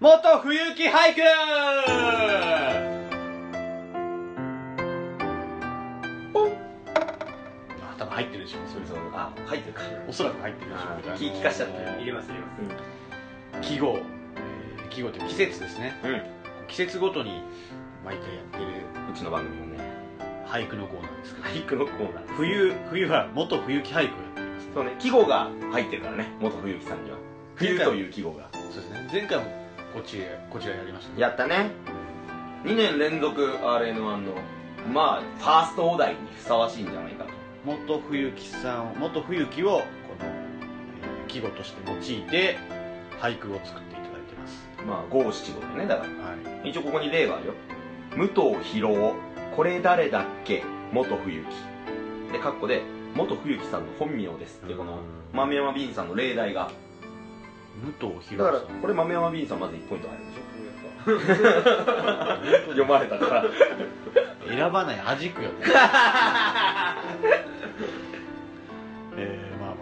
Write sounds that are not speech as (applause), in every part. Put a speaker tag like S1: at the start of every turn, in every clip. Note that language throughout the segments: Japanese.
S1: 元冬木俳句ポンあ多分入ってるでしょそれぞれあ入ってるかおそらく入ってるでしょ
S2: 聞聞かしちゃったよ
S1: あの
S2: 入れます入れます
S1: 季語、えー季語って季節ですね
S3: うん
S1: 季節ごとに毎回やってる
S3: うちの番組もね
S1: 俳句のコーナーですけど
S3: 俳句のコーナー
S1: 冬冬は元冬季俳句をやってる
S3: そうね季語が入ってるからね元冬木さんには冬という季語が
S1: そうですね前回もこっちこちらやりましたね
S3: やったね2年連続 RN1 のまあファーストお題にふさわしいんじゃないかと
S1: 元冬木さんを元冬木をこの、えー季語として用いて俳句を作っていただいてます
S3: まあ五七五だよねだから
S1: はい
S3: 一応ここに例があるよ武藤博夫これ誰だっけ元冬木でカッコで元冬木さんの本名ですってこの豆山ビンさんの例題が
S1: 武藤
S3: だから
S1: 博さん
S3: これ豆山ビンさんまず1ポイント入るでしょ読まれたから
S1: 選ばない弾くよ
S3: (laughs)
S1: ねえー、まあま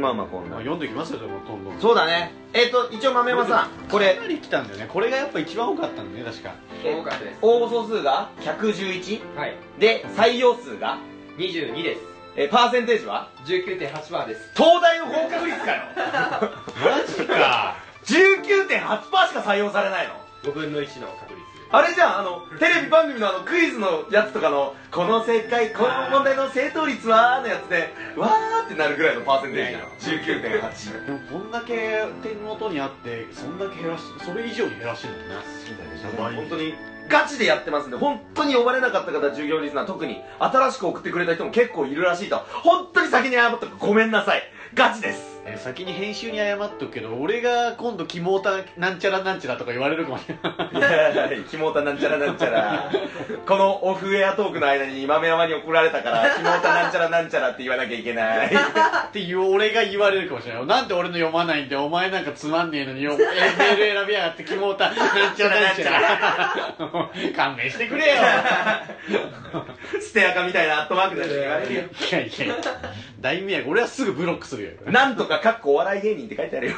S3: まあまあこ
S1: あ、
S3: ん
S1: まあ、
S3: な
S1: 読んでいきますよでもどんどん
S3: そうだねえっ、と一応豆山さんこれ
S1: かなり来たんだよねこれがやっぱ一番多かったんだよね確か
S2: 多かったです
S3: 応募総数が111
S2: はい
S3: で採用数が、
S2: 22です
S3: えーパーセンテージは
S2: 19.8%です
S3: 東大の合格率かよ
S1: マジ
S3: (laughs)
S1: か
S3: 19.8%しか採用されないの
S2: 5分の1の確率
S3: あれじゃんあのテレビ番組のあのクイズのやつとかのこの正解この問題の正答率はのやつでわーってなるぐらいのパーセンテージだよ19.8そう
S1: でもこんだけ手元にあってそんだけ減らしそれ以上に減らしてるんだよね
S3: だね本当にガチでやってますんで本当に呼ばれなかった方従業員リスナー特に新しく送ってくれた人も結構いるらしいと本当に先に謝ったからごめんなさいガチです
S1: えー先に編集に謝っとくけど俺が今度キモータなんちゃらなんちゃらとか言われるかもしれない
S3: いやいやキモータなんちゃらなんちゃらこのオフエアトークの間に豆山に怒られたからキモータなんちゃらなんちゃらって言わなきゃいけ (laughs) ない
S1: っていう俺が言われるかもしれないなんで俺の読まないんだよお前なんかつまんねえのによえメール選びやがってキモータなんちゃらなんちゃら勘弁してくれよい
S3: ステアカみたいなアットマークだし言われるよ
S1: やいやいや大迷惑俺はすぐブロックするよ
S3: なんとかかっこお笑い芸人って書いてあるよ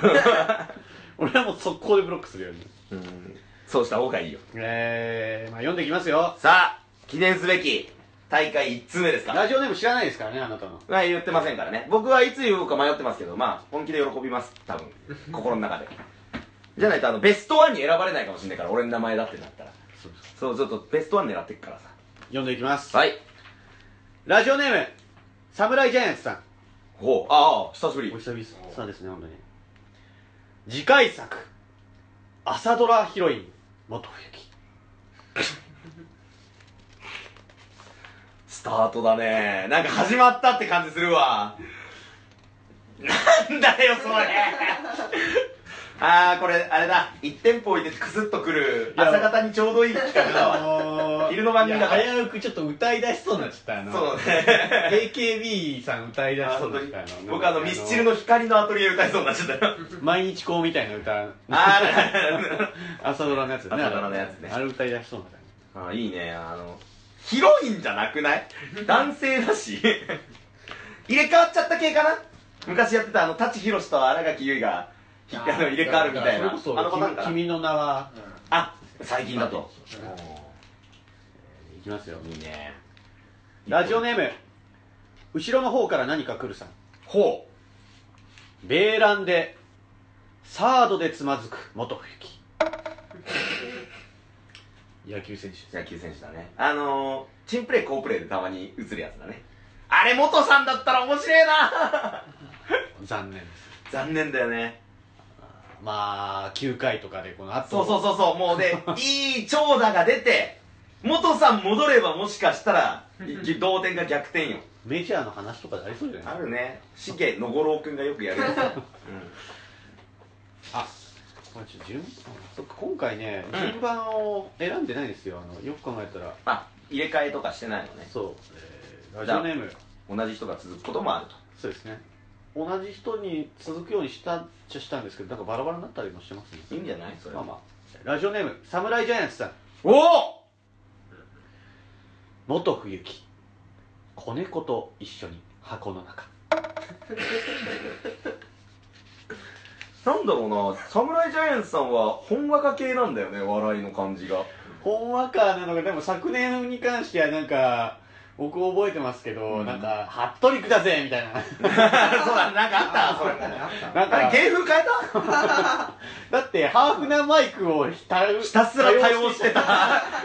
S1: 俺はもう速攻でブロックするよ
S3: うんそうした方がいいよ
S1: えー、まあ読んでいきますよ
S3: さあ記念すべき大会1通目ですか
S1: ラジオネーム知らないですからねあなたの
S3: まあ言ってませんからね僕はいつ言おうか迷ってますけどまあ本気で喜びます
S1: (laughs)
S3: 多分心の中でじゃないとあのベストワンに選ばれないかもしれないから俺の名前だってなったら
S1: そうです
S3: そうちょっとベストワン狙ってくからさ
S1: 読んでいきます
S3: はい
S1: ラジオネーム侍ジャイアンツさん
S3: ほうああ久しぶり
S1: お久々さですね本当に次回作朝ドラヒロイン元
S3: スタートだねなんか始まったって感じするわなんだよ
S1: (laughs)
S3: それああこれあれだ1店舗置いてクスッとくる
S1: いや
S3: 朝方にちょうどいい企画だわ
S1: 冬木
S3: 昼の番組だから
S1: いや危うくちょっと歌い出しそうになっちゃったあの
S3: そうね
S1: AKB さん歌い出し
S3: あ
S1: そう
S3: 本
S1: にな
S3: 当
S1: っちゃ
S3: に
S1: ったあの
S3: 僕あのミスチルの光のアトリエ歌いそうになっちゃったよ
S1: 毎日こうみたいな歌
S3: あー
S1: 朝ドラのやつだね
S3: 朝ドラのやつね
S1: あれ歌い出しそうになった
S3: あいいねあのヒロインじゃなくない男性だし入れ替わっちゃった系かな昔やってたあの舘ひろしと新垣結衣がひ (laughs) あの入れ替わるみたいなあの
S1: それ
S3: パ
S1: こ
S3: ター
S1: そ
S3: ン
S1: 君
S3: かな
S1: 君の名は
S3: あ最近だと
S1: いきますよ
S3: いいね
S1: ラジオネーム後ろの方から何か来るさん
S3: ほう
S1: ベーランでサードでつまずく元冬 (laughs) 木野球選手
S3: 野球選手だねあのー、チンプレー好プレーでたまに映るやつだねあれ元さんだったら面白いな
S1: (laughs) 残念です
S3: 残念だよね
S1: まあ9回とかでこの後
S3: そうそうそうそうもうで (laughs) いい長打が出て元さん戻ればもしかしたらい同点が逆転よ
S1: メジャーの話とかでありそうじゃない
S3: あるねしげのごろうくんがよくやる (laughs) やつ、
S1: あこれちょっと順そっか今回ね順番を選んでないですよあのよく考えたら
S3: あ入れ替えとかしてないのね
S1: そう、えーラジオネーム
S3: 同じ人が続くこともあると
S1: そうですね同じ人に続くようにしたっちゃしたんですけどなんかバラバラになったりもしてますね
S3: いいんじゃないそれ
S1: ま
S3: は、
S1: あまあラジオネーム侍ジャイアンツさん
S3: おお
S1: 元冬木子猫と一緒に箱の中
S3: なんだろうな侍ジャイアンツさんは本若系なんだよね笑いの感 (laughs) じが
S1: ほんわかなのがでも昨年に関してはなんか僕覚えてますけど、
S3: うん
S1: なんか「服部区だぜ」みたい
S3: (laughs)
S1: な
S3: そうだ、なんかあった、そ (laughs) れ。
S2: あった
S1: なんか
S3: あれ、芸風変えた
S1: だってハーフなマイクをひた
S3: ひたすら対応 (laughs) してた。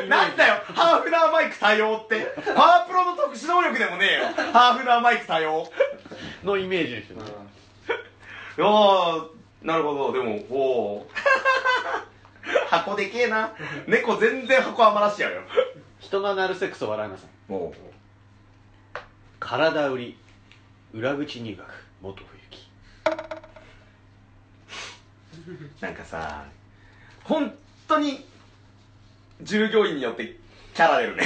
S3: なんだよ、ハーフナーマイク対応って。パワープロの特殊能力でもねえよ。ハーフナーマイク対応。
S1: のイメージでした、
S3: いやー、なるほど、でも、おー。 (laughs) 箱でけえな。猫全然箱余らしちゃうよ。
S1: (laughs) 人のナルセックスを笑いなさい
S3: も
S1: 体売り裏口入学元冬
S3: う、なんかさ、本当に、従業員によってキャラ出るね。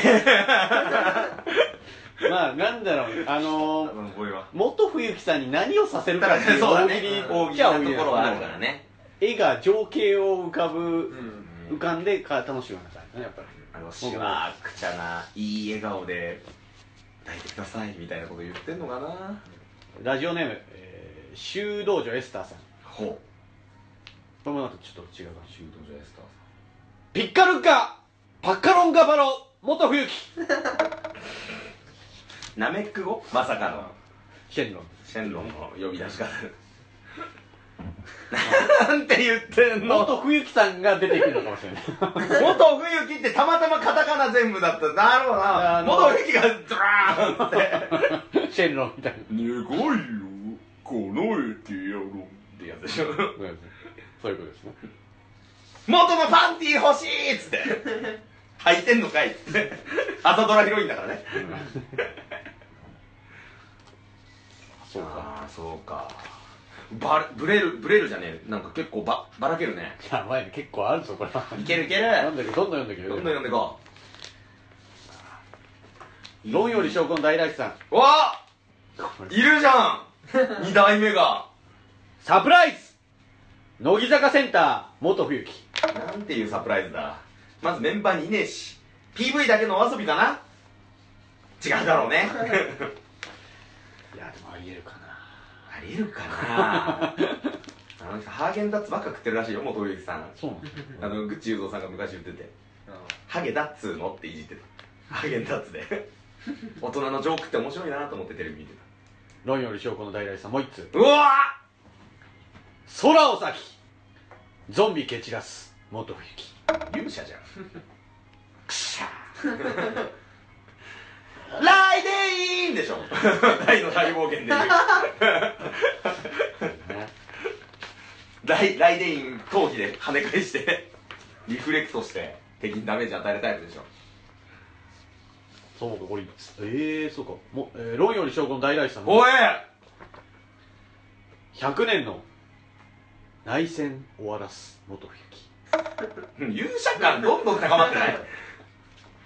S1: 木まあなんだろうあのー、
S3: これは。
S1: 元冬木さんに何をさせる
S3: だか
S1: からってい
S3: ね、
S1: う
S3: そうだ
S1: 大
S3: ね
S1: 喜利。
S3: 大
S1: っ
S3: 喜
S1: ち
S3: 利
S1: ゃ
S3: な
S1: 大喜利だけ
S3: ところ
S1: ど
S3: はあるからね。
S1: 絵が情景を浮かぶ、
S3: うん
S1: 浮かんでか楽しみなさいねやっぱり
S3: あのしわーくちゃないい笑顔で抱いてくださいみたいなこと言ってんのかな
S1: ラジオネーム、えー、修道女エスターさん
S3: ほ
S1: これもなんかちょっと違うかもしれないう
S3: 中途じゃないですか
S1: ピッカルッカパッカロンガバロ元冬木
S3: ナメック語まさかの
S1: シェンロン
S3: シェンロンの呼び出し方なんて言ってんの
S1: 元冬木さんが出てくるのかもしれない
S3: 元冬木ってたまたまカタカナ全部だったなるほど
S1: あ
S3: な
S1: の
S3: 元冬木がドラーン (laughs) っ
S1: (laughs)
S3: て
S1: シェンロンみたいな
S3: 「願いを叶えてやろう」ってやつでしょ
S1: そういうことですね
S3: 元のパンティ欲しいっつって履いてんのかいっつって朝ドラヒロインだからね
S1: そうか
S3: あーそうかバレブレるブレるじゃねえなんか結構ばばらけるね
S1: やばいね結構あるぞこれは
S3: いけるいける
S1: なんだっけどんどん読んだけ
S3: どんどん読んでこう
S1: 論より証拠の大来さん
S3: うわいるじゃん二代目が
S1: サプライズ乃木坂センター元冬木
S3: なんていうサプライズだまずメンバーにいねえし PV だけのお遊びかな違うだろうね
S1: いやでもありえるかな
S3: ありえるかなあの人ハーゲンダッツばっか食ってるらしいよ元植木さん
S1: そうなんです
S3: あの、グッチ雄三さんが昔言ってて、ハゲダッツーのっていじってた。ハゲダッツで。大人のジョークって面白いなと思ってテレビ見て
S1: 論より証拠の大来さんもう一通
S3: た。うわ
S1: 空を咲きゾンビ蹴散らす元冬木
S3: ー勇者じゃん。くしゃー。ライデイーンでしょ。大の大冒険で言う。
S1: ね
S3: ライライデイン逃避で跳ね返して、リフレクトして、敵にダメージ与えるタイプでしょ。
S1: そうかこれええー、そうかも、えー、論より証拠の大来さんも
S3: おえ
S1: 100年の内戦終わらす元冬木
S3: 勇者感どんどん高まって (laughs) ない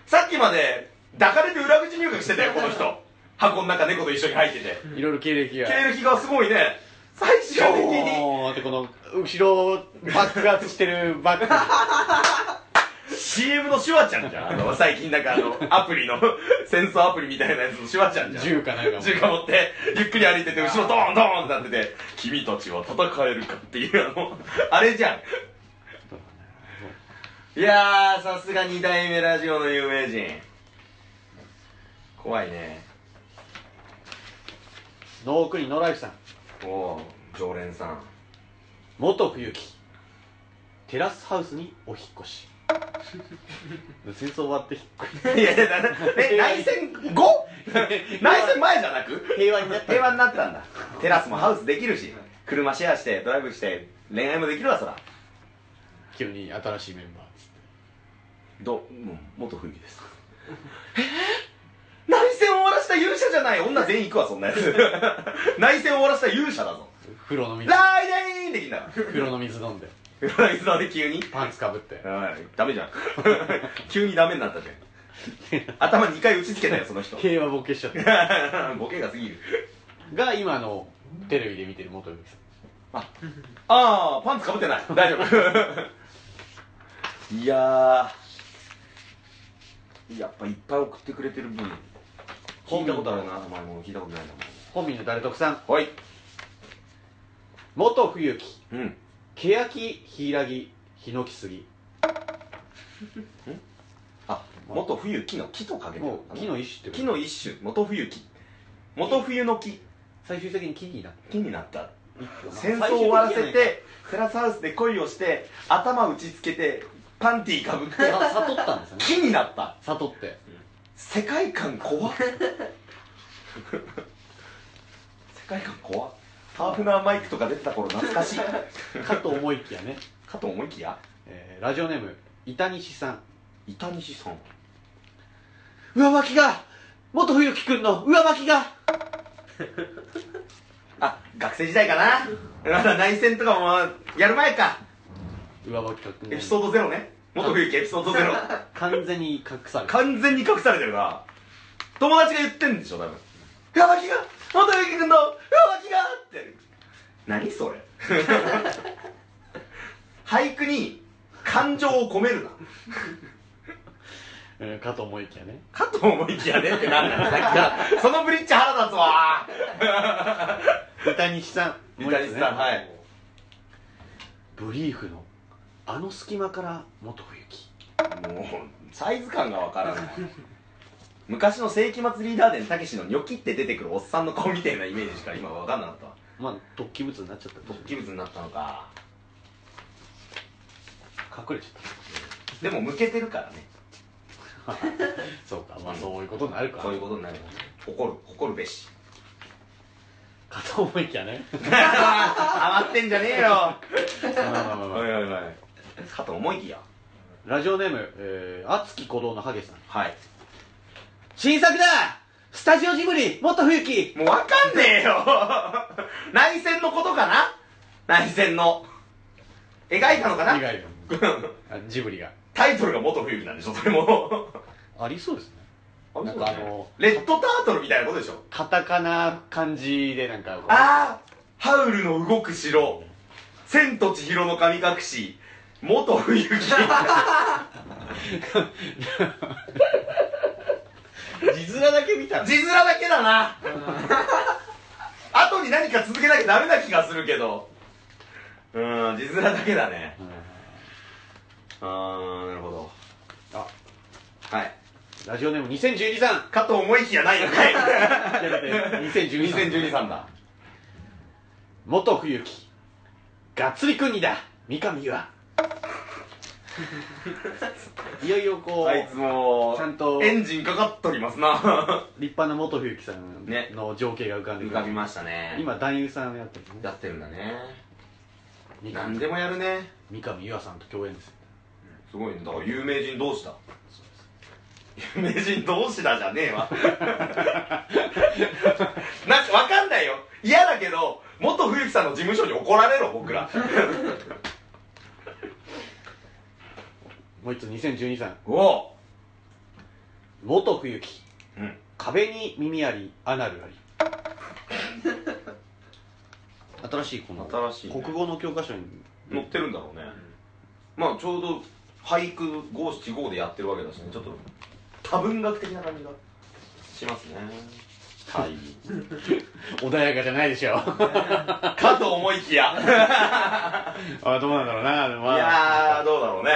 S3: さっきまで抱かれて裏口入学してたよこの人箱の中猫と一緒に入ってて
S1: いろいろ経歴が
S3: 経歴がすごいね最終的に
S1: おーってこの後ろ爆発してるバッグ
S3: CM のシュワちゃんじゃんあの最近なんかあのアプリの (laughs) 戦争アプリみたいなやつのシュワちゃんじゃん
S1: 銃かなんかも
S3: 銃か持ってゆっくり歩いてて後ろドーンドーンってなってて「君たちは戦えるか」っていうあの (laughs) あれじゃんいやーさすが2代目ラジオの有名人怖いね
S1: 野国野ライフさん
S3: おお常連さん
S1: 元冬木テラスハウスにお引っ越
S3: (laughs)
S1: し戦争終わって引っ越し
S3: いやいやだ
S1: (laughs)
S3: え内戦後内戦前じゃなく
S1: 平和になった
S3: 平和になったんだテラスもハウスできるし車シェアしてドライブして恋愛もできるわそら
S1: 急に新しいメンバーっつって
S3: どうん元冬木ですえー、内戦を終わらせた勇者じゃない女全員行くわそんなや (laughs) つ内戦を終わらせた勇者だぞ
S1: 風呂の水
S3: ライデインできんだ
S1: 風呂の水飲んで
S3: フライズので急に
S1: パンツかぶって
S3: はいダメじゃん (laughs) 急にダメになったじゃん頭2回打ちつけたよその (laughs) 人
S1: 平和ボケしちゃった
S3: ボケが過ぎる
S1: が今のテレビで見てる元嫁さん
S3: ああパンツかぶってない大丈夫 (laughs) いやーやっぱいっぱい送ってくれてる分聞いたことあるな名前も聞いたことないな
S1: 本民の誰得さん
S3: はい
S1: 元冬木
S3: うん
S1: ケヤキヒイラギヒノキスギ
S3: あ元冬木の木とかけてるの
S1: も
S3: か
S1: う
S3: な
S1: 木の一種って
S3: 木
S1: こと
S3: の一種元冬木元冬の木
S1: 最終的に木になっ
S3: 木になった
S1: た
S3: 戦争を終わらせ
S1: 最終的に
S3: てテラスハウスで恋をして頭打ちつけてパンティー (laughs) かぶって
S1: はねさ悟ったんですよね
S3: 木になった
S1: 悟って
S3: 世界観怖っ世界観怖っパーフナーマイクとか出てた頃懐かしい
S1: かと思いきやね、
S3: かと思いきや
S1: えーラジオネーム板西さん
S3: 板西さん
S1: 上巻きが元冬樹くんの上巻きが
S3: あ学生時代かなまだ内戦とかもやる前か
S1: 上巻きかくん
S3: エピソード0ね元冬木エピソード0
S1: 完全に隠された
S3: 完全に隠されてるな友達が言ってんでしょ多分「上巻きが元冬木君の上巻きが!」って何それ (laughs) 俳句に感情を込めるな
S1: えーかと思いきやね
S3: かと思いきやねってなんなんさっきからそのブリッジ腹立つわ
S1: 板西さん
S3: 板西さん
S1: い
S3: はい
S1: ブリーフのあの隙間から元冬樹
S3: もうサイズ感がわからない昔の世紀末リーダー伝たけしのニョキって出てくるおっさんの顔みたいなイメージしか今わかんなかったわ
S1: まあ突起物になっちゃった
S3: 突起物になったのか
S1: 隠れちゃっ
S3: でも向けてるからね
S1: たそうかまあそういうことになるか
S3: そういうことになるよね誇る誇るべし (laughs)
S1: かと思いきやね
S3: ハマってんじゃねえよ
S1: まあまあまあまあ
S3: いはいはいかと思いきや
S1: ラジオネーム、えー、熱き鼓動のハゲさん
S3: はい
S1: 新作だスタジオジブリ元冬樹
S3: もうわかんね
S1: (laughs)
S3: えよ内戦のことかな内戦の描いたのか
S1: 以外
S3: な
S1: があジブリが
S3: (laughs) タイトルが元冬木なんでしょそれも
S1: ありそうですね
S3: あ
S1: なんかあの
S3: レッドタートルみたいなことでしょ
S1: カタカナ漢字でなんか
S3: ああハウルの動く城千と千尋の神隠し元冬
S1: (laughs)
S3: 木
S1: 字面だけ見たら
S3: 字面だけだな (laughs) 後に何か続けなきゃダメな気がするけどうん字面だけだねああなるほど
S1: あ
S3: はい
S1: ラジオネーム2012さん
S3: かと思いきやないのかい
S1: 2012さん
S3: 2012さんだ
S1: 元冬樹がっつり国だ三上優愛いよいよこう、
S3: あいつも
S1: ちゃんと
S3: エンジンかかっとりますな
S1: 立派な元冬樹さん
S3: ね
S1: の情景が浮かんで
S3: 浮
S1: くる、
S3: かびましたね
S1: 今男優さんやってるね
S3: やってるんだね
S1: 三上
S3: 何でもやるね
S1: 三上優愛さんと共演ですよ
S3: すごいねだから有名人同士だ有名人同士だじゃねえ (laughs) わなんかわかんないよ嫌だけど元冬木さんの事務所に怒られろ僕ら
S1: もう一つ2012さん
S3: (laughs) おお
S1: 元冬樹
S3: うん
S1: 壁に耳ありアナルあり新しいこの
S3: 新しいね
S1: 国語の教科書に
S3: 載ってるんだろうね、まあちょうど俳句五七五でやってるわけだしねちょっと多文学的な感じがしますね
S1: はい穏やかじゃないでしょ
S3: (laughs) かと思いき (laughs) や
S1: あどうなんだろうな、まあ、
S3: いやーどうだろうね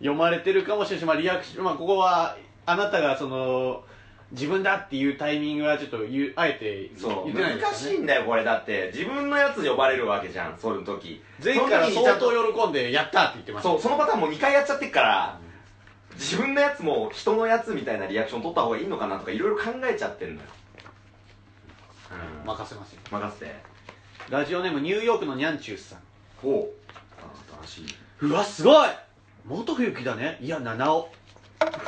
S1: 読まれてるかもしれないし、まあ、リアクション、まあ、ここはあなたがその自分だっていうタイミングはちょっと言うあえて
S3: そう
S1: 言ってない
S3: 難しいんだよこれだって自分のやつ呼ばれるわけじゃんその時
S1: 前回から
S3: その時にちゃ
S1: 相
S3: んと
S1: 当喜んでやったって言ってました
S3: そうそのパターンも2回やっちゃってっから自分のやつも人のやつみたいなリアクション取った方がいいのかなとかいろいろ考えちゃってんのよ、うん、
S1: 任せますよ
S3: 任せて
S1: ラジオネームニューヨークのニャンチュースさん
S3: おお新しいう
S1: わすごい元冬樹だねいや七尾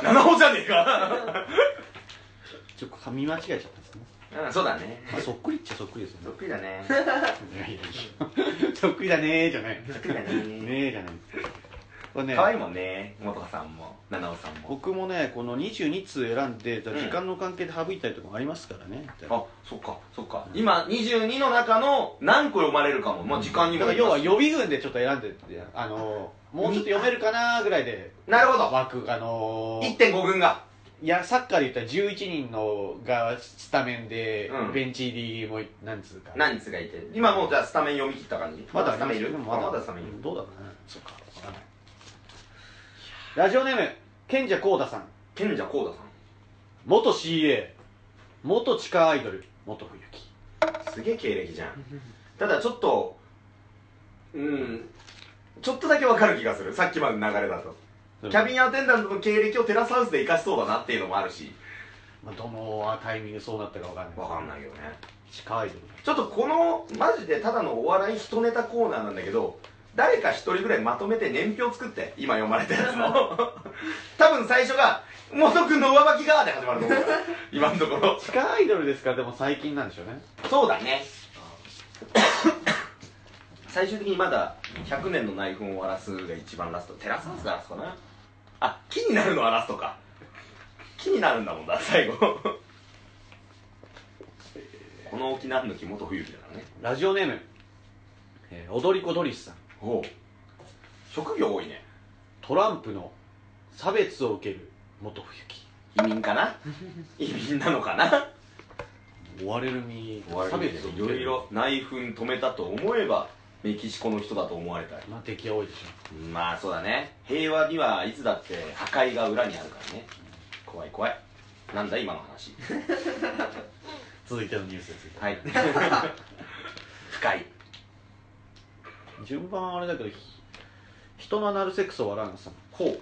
S3: 七尾じゃねえか (laughs)
S1: ちょっと噛み間違えちゃったんですね、
S3: うんそうだね (laughs)
S1: まあ、そっくりっちゃそっくりですよね
S3: 得意だね
S1: いやいやいや (laughs) そっくりだねーじゃない
S3: 得意だ
S1: (laughs)
S3: ね
S1: ねえじゃないこれね
S3: 可愛いもんね元さんも七尾さんも
S1: 僕もねこの22通選んで時間の関係で省いたりとかもありますからね、
S3: あそっかそっか今22の中の何個読まれるかも、まあ、時間に
S1: だ
S3: も
S1: から要は
S3: より
S1: 予備軍でちょっと選んでってあのーもうちょっと読めるかなぐらいで
S3: なるほど
S1: 枠あのー
S3: 1.5軍が
S1: いやサッカーで言ったら11人のがスタメンで、
S3: うん
S1: ベンチ入りもなんつうか
S3: 何つがいて今もうじゃあスタメン読み切った感じまだスタメンいる
S1: でも
S3: まだまだスタメンいる
S1: どうだろうなそっかわかんないラジオネーム賢者幸太さん
S3: 賢者幸太さ
S1: 元 CA 元地下アイドル元冬木
S3: んすげえ経歴じゃんただちょっとうんちょっとだけわかる気がするさっきまでの流れだとキャビンアテンダントの経歴をテラスハウスで生かしそうだなっていうのもあるし
S1: まあ、どのタイミングそうなったかわかんない
S3: わかんないけどね
S1: 地下アイドル
S3: ちょっとこのマジでただのお笑い一ネタコーナーなんだけど誰か一人ぐらいまとめて年表作って今読まれたやつの (laughs) 多分最初が「元君の上履きが」で始まると思うから今のところ
S1: 地下アイドルですからでも最近なんでしょうね
S3: そうだね (coughs) 最終的にまだ100年の内紛を終わらすが一番ラストテラスハウスがラストかなあ木になるのはラストか木になるんだもんだ最後 (laughs) この沖縄の木元冬樹だからね
S1: ラジオネーム、えー、踊り子ドリスさん
S3: おう職業多いね
S1: トランプの差別を受ける元冬
S3: 移民か (laughs) な移民なのかな
S1: 木追われる身
S3: 差
S1: 差
S3: 別
S1: 別を
S3: い
S1: 受け
S3: ろ
S1: る
S3: いろ内紛止めたと思えばメキシコの人だと思われたり
S1: まあ敵は多いでし
S3: まあそうだね平和にはいつだって破壊が裏にあるからね怖い怖いなんだ今の話
S1: ょ続いてのニュースです
S3: はい (laughs) 深い
S1: 順番あれだけどひ人のアナルセックスを笑うのさん
S3: ほ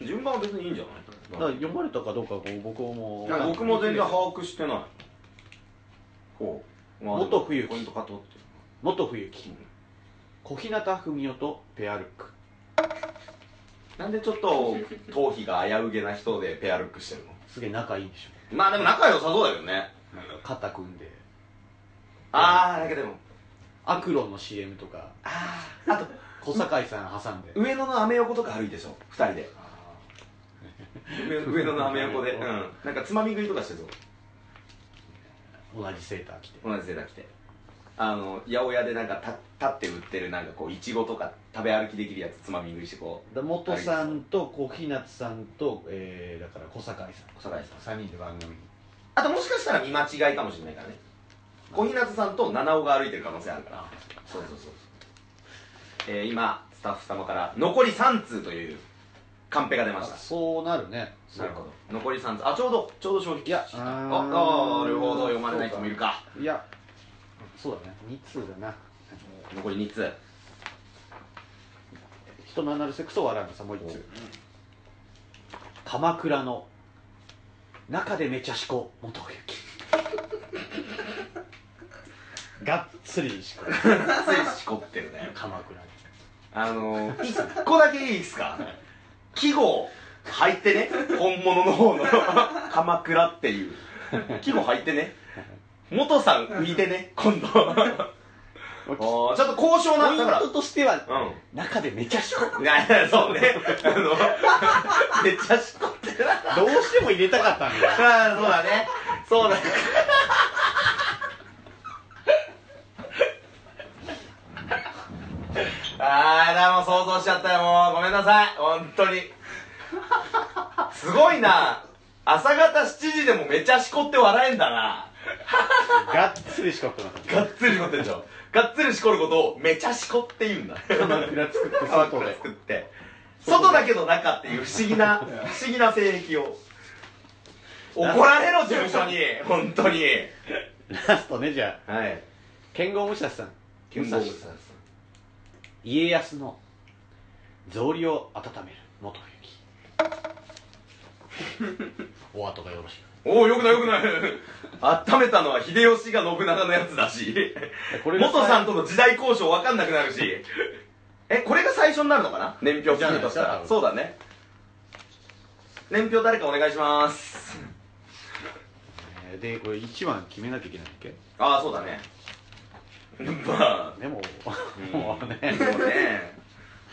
S3: う順番は別にいいんじゃ
S1: だから
S3: ない
S1: 読まれたかどうかはこう僕も
S3: なんか僕も全然把握してないほう、まあ
S1: 元冬木
S3: ポイントかとって
S1: 元冬木小日向文世とペアルック
S3: なんでちょっと頭皮が危うげな人でペアルックしてるの
S1: すげえ仲いいんでし
S3: まあでも仲良さそうだけどね
S1: ょなんか肩組んで
S3: ああだけどでも
S1: アクロの CM とか
S3: あああと
S1: 小堺さん挟んで
S3: 上野のアメ横とか歩いてそう二人で上上野のアメ横で、 (laughs)
S1: う
S3: うんん、なんかつまみ食いとかしてそう
S1: 同じセーター着て
S3: 同じ世代来てあの八百屋でなんかた立って売ってるなんかこういちごとか食べ歩きできるやつつまみ食いしてこう
S1: だ元さんと小日向さんと、えー、だから小堺さん
S3: 小堺さん
S1: 3人で番組に
S3: あともしかしたら見間違いかもしれないからね小日向さんと七尾が歩いてる可能性あるからそうそうそうそう、えー、今スタッフ様から残り3通というカンペが出ました
S1: そうなるね
S3: なるほど残り3通あちょうどちょうど消費期
S1: いや
S3: あ
S1: あー
S3: あなるほど読まれない人もいるか
S1: いやそうだね2通だな
S3: 残り2通 (laughs)
S1: 人のアナルセックスを笑うのさもう1通鎌倉の中でめちゃしこ元冬木 (laughs) がっつりしこ
S3: ついしこってるね
S1: 鎌倉に
S3: あのー、1個だけいいですか季語入ってね本物の方の (laughs) 鎌倉っていう季語入ってね元さん見てね今度あーちょっと高尚
S1: ポ
S3: な
S1: イ
S3: だ
S1: ン
S3: から
S1: トとしては
S3: うん
S1: 中でめちゃしこ
S3: いやいやそうねあのめっちゃしこってるな
S1: どうしても入れたかったんだよ
S3: ああそうだねそうだねああでも想像しちゃったよもうごめんなさい本当にすごいな朝方7時でもめちゃしこって笑えんだな
S1: がっつりしこってま (laughs) した
S3: がっつりしこってんじゃんがっつりしこることをめちゃしこって言うんだ
S1: 鎌倉作って
S3: 川
S1: 外
S3: 倉
S1: で
S3: 作って外だけど中っていう不思議 (laughs) な不思議な性癖を怒ら (laughs) れろ事務所に本当に
S1: ラストねじゃあ
S3: はい
S1: 剣豪武蔵さん
S3: 剣道部さん
S1: 家康の草履を温める元冬木お後がよろし
S3: おおよくないよくない (laughs) 温めたのは秀吉が信長のやつだし (laughs)
S1: いこれが
S3: 元さんとの時代交渉分かんなくなるし (laughs) えこれが最初になるのかな年表聞くとし
S1: じ
S3: た
S1: ゃない
S3: ら
S1: ですか
S3: そうだね年表誰かお願いします
S1: えーでこれ1番決めなきゃいけないっけ
S3: ああそうだね (laughs) まあ
S1: でも、
S3: うん
S1: もうね
S3: そうね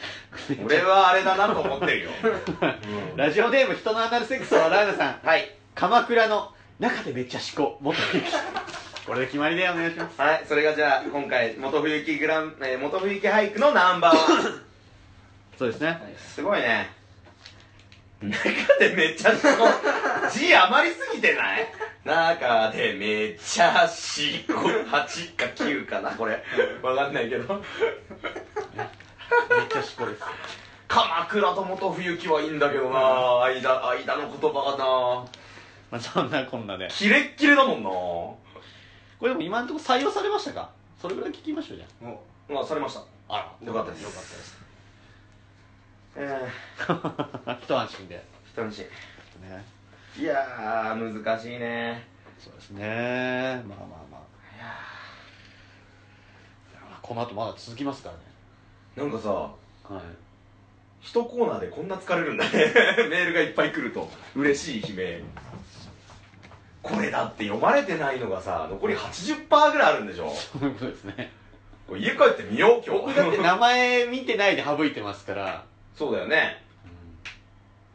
S3: (laughs) 俺はあれだなと思ってるよ
S1: ラジオネーム人のアナルセックスを笑うなさん
S3: (laughs) はい
S1: 鎌倉の中でめっちゃしこ元冬木これで決まりでお願いします
S3: はいそれがじゃあ今回元冬木グラン、えー、元 (laughs) 冬木俳句のナンバーワン
S1: そうですね
S3: すごいね中でめっちゃしこ字余りすぎてない中でめっちゃしこ8か9かなこれわかんないけど
S1: っちゃしこです
S3: 鎌倉と元冬樹はいいんだけどな間間の言葉がな
S1: まあそんなこんなで
S3: キレッキレだも
S1: これでも今のところ採用されましたかそれぐらい聞きましょうじゃ
S2: も
S3: んなまあされました
S1: ああ
S3: よかったです
S2: よかったです
S3: え
S1: ら (laughs) 一安心で、
S3: え人見知
S1: ね、
S3: りいやー難しいね
S1: そうですねまあまあまあ
S3: いや
S1: この後まだ続きますからね
S3: ーなんかさ
S1: はい
S3: 一コーナーでこんな疲れるんだね (laughs) メールがいっぱい来ると嬉しい悲鳴これだって読まれてないのがさ残り80%ぐらいあるんでしょ
S1: そういうことですね
S3: これ家帰ってみよう
S1: (laughs)
S3: 今
S1: 僕だって
S3: 日
S1: 名前見てないで省いてますから
S3: (laughs) そうだよね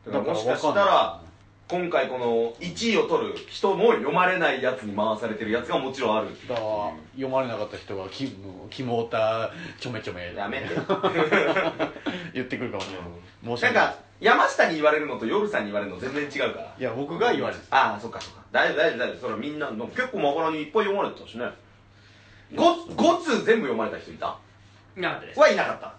S3: だからもしかし
S1: わ
S3: た
S1: ん
S3: ら
S1: ないですね
S3: 今回この1位を取る人も読まれないやつに回されてるやつがもちろんある
S1: だから読まれなかった人がキモキモータちょめちょめ
S2: や
S3: (laughs)
S2: めて
S1: 言ってくるかもしれない、
S3: な
S1: 申し
S3: ん
S1: 訳ない
S3: か山下に言われるのと夜さんに言われるの全然違うから
S1: いや僕が言われる
S3: ああそっかそっか大丈夫大丈夫大丈夫それはみんなの結構まばらにいっぱい読まれてたしね 5, 5通全部読まれた人いた
S2: いなかったです
S3: はいなかった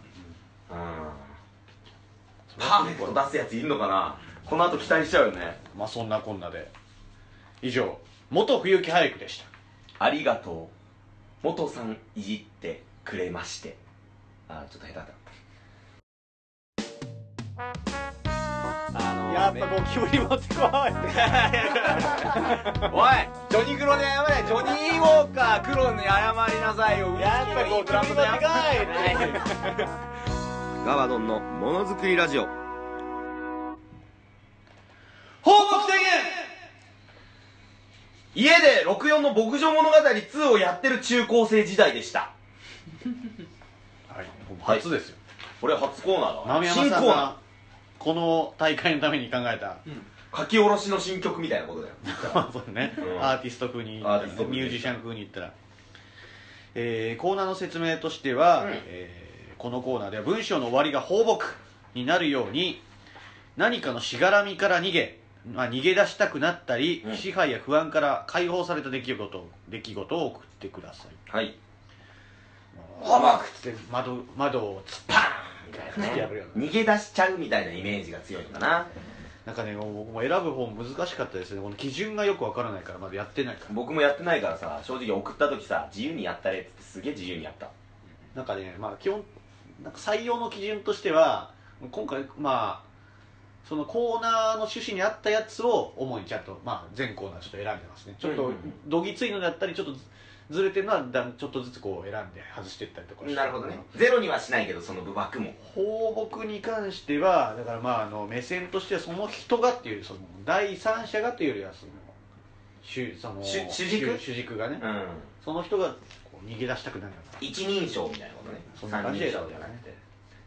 S3: パーフェクト出すやついるのかなこの後期待しちゃうよね
S1: まあそんなこんなで以上元冬木俳句でした
S3: ありがとう元さんいじってくれましてあーちょっと下手だあの
S1: やっぱゴキブリ持ってこい
S3: おいジョニークロで謝れジョニーウォーカークロに謝りなさいよ
S1: やっぱゴキブリ持ってこいって
S3: (laughs) ガバドンのものづくりラジオ
S1: 放牧宣
S3: 家で64の牧場物語2をやってる中高生時代でした
S1: 言はい初ですよ、
S3: これ初コーナーだわ
S1: 豆山
S3: 新コ
S1: さ
S3: ー
S1: ん
S3: ナー
S1: がこの大会のために考えた、
S3: 書き下ろしの新曲みたいなことだよ
S1: (laughs) そうね、
S3: うん
S1: アーティスト風に
S3: アーティスト風に
S1: ミュージシャン風に言ったら、えーコーナーの説明としては、
S3: うん
S1: えーこのコーナーでは文章の終わりが放牧になるように何かのしがらみから逃げ、まあ、逃げ出したくなったり、
S3: うん
S1: 支配や不安から解放された出来事を出来事を送ってください
S3: はい
S1: 放牧って窓窓を突っパーンみたいなやるような
S3: 逃げ出しちゃうみたいなイメージが強いのかな
S1: なんかねもう僕も選ぶ方も難しかったですねこの基準がよくわからないからまだやってないから
S3: 僕もやってないからさ正直送った時さ自由にやったれっつってすげえ自由にやった
S1: なんかね、まあ、基本なんか採用の基準としては今回、まあ、そのコーナーの趣旨に合ったやつを主にちゃんと、まあ、全コーナーちょっと選んでますねちょっ
S3: うん
S1: と
S3: うんうん
S1: どぎついのだったりちょっとずずれてるのはだんちょっとずつこう選んで外していったりとかして
S3: なるほどねゼロにはしないけどその部枠も
S1: 放牧に関してはだからまああの目線としてはその人がっていうその第三者がというよりはその主その
S3: 主主
S1: 主
S3: 軸
S1: 主軸がね、
S3: うん
S1: その人がこう逃げ出したくなるような
S3: 一人称みたいなことね
S1: そんな
S3: 三
S1: 感じ
S3: 人
S1: で選
S3: 称
S1: ぶ
S3: じ
S1: よ
S3: ゃ
S1: ね
S3: なくて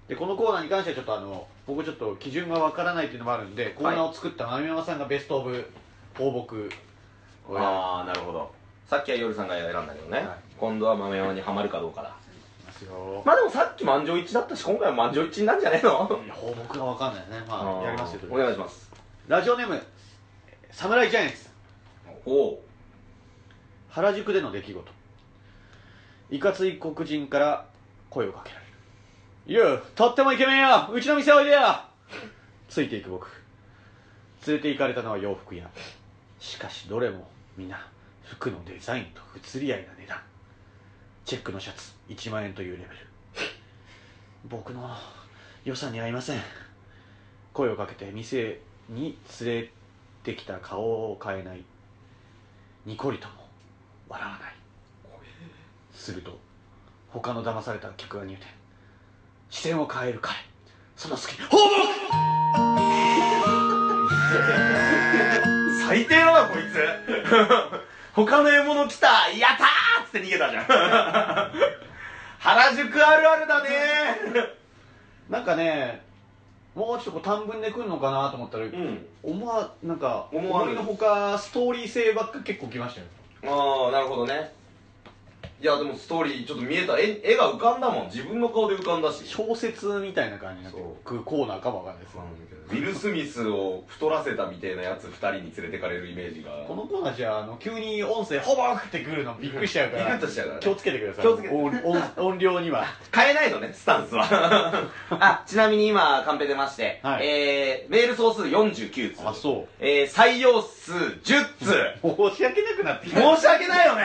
S1: でこのコーナーに関してはちょっとあの僕ちょっと基準がわからないっていうのもあるんで、コーナーを作った豆山さんがベスト・オブ放牧をや
S3: ああなるほどさっきは夜さんが選んだけどね、
S1: はい
S3: 今度は豆山にはまるかどうかだ
S1: りますよ、
S3: (laughs) まあでもさっき満場一致だったし今回は満場一致なんじゃねえの (laughs)
S1: いや放牧がわかんないねまあやりますよ
S3: お願いします
S1: ラジオネームサムライジャイアンツ
S3: おお
S1: 原宿での出来事いかつい黒人から声をかけられる「You とってもイケメンようちの店おいでよ!」ついていく僕連れて行かれたのは洋服屋しかしどれも皆服のデザインと不釣り合いな値段チェックのシャツ1万円というレベル僕の予算に合いません声をかけて店に連れてきた顔を変えないニコリとも笑わないすると他の騙された客が入店視線を変える彼その隙に放牧
S3: 最低だなこいつ (laughs) 他の獲物来たやったーっつって逃げた (laughs) じゃん原宿あるあるだね
S1: なんかねもうちょっとこう短文で来るのかなと思ったら、
S3: ん
S1: 思わなんか
S3: 思わぬ
S1: いのほかストーリー性ばっか結構来ましたよ
S3: ああなるほどねいやでもストーリーちょっと見えた絵絵が浮かんだもん自分の顔で浮かんだし
S1: 小説みたいな感じになってくコーナーかもわかんないです、
S3: ウィル・スミスを太らせたみたいなやつ2人に連れてかれるイメージが
S1: このコーナーじゃああの急に音声ほぼってくるのびっくりしちゃうか
S3: ビ (laughs) ク
S1: ら
S3: ッとしちゃうからね
S1: 気をつけてください
S3: 気をつけて
S1: 音音音量に
S3: (laughs)
S1: は
S3: 変えないのねスタンスは (laughs) あちなみに今カンペ出まして、
S1: はい
S3: えー、メール総数49通
S1: あそう
S3: えー、採用数10通
S1: 申し訳なくなってきた
S3: 申し訳ないよね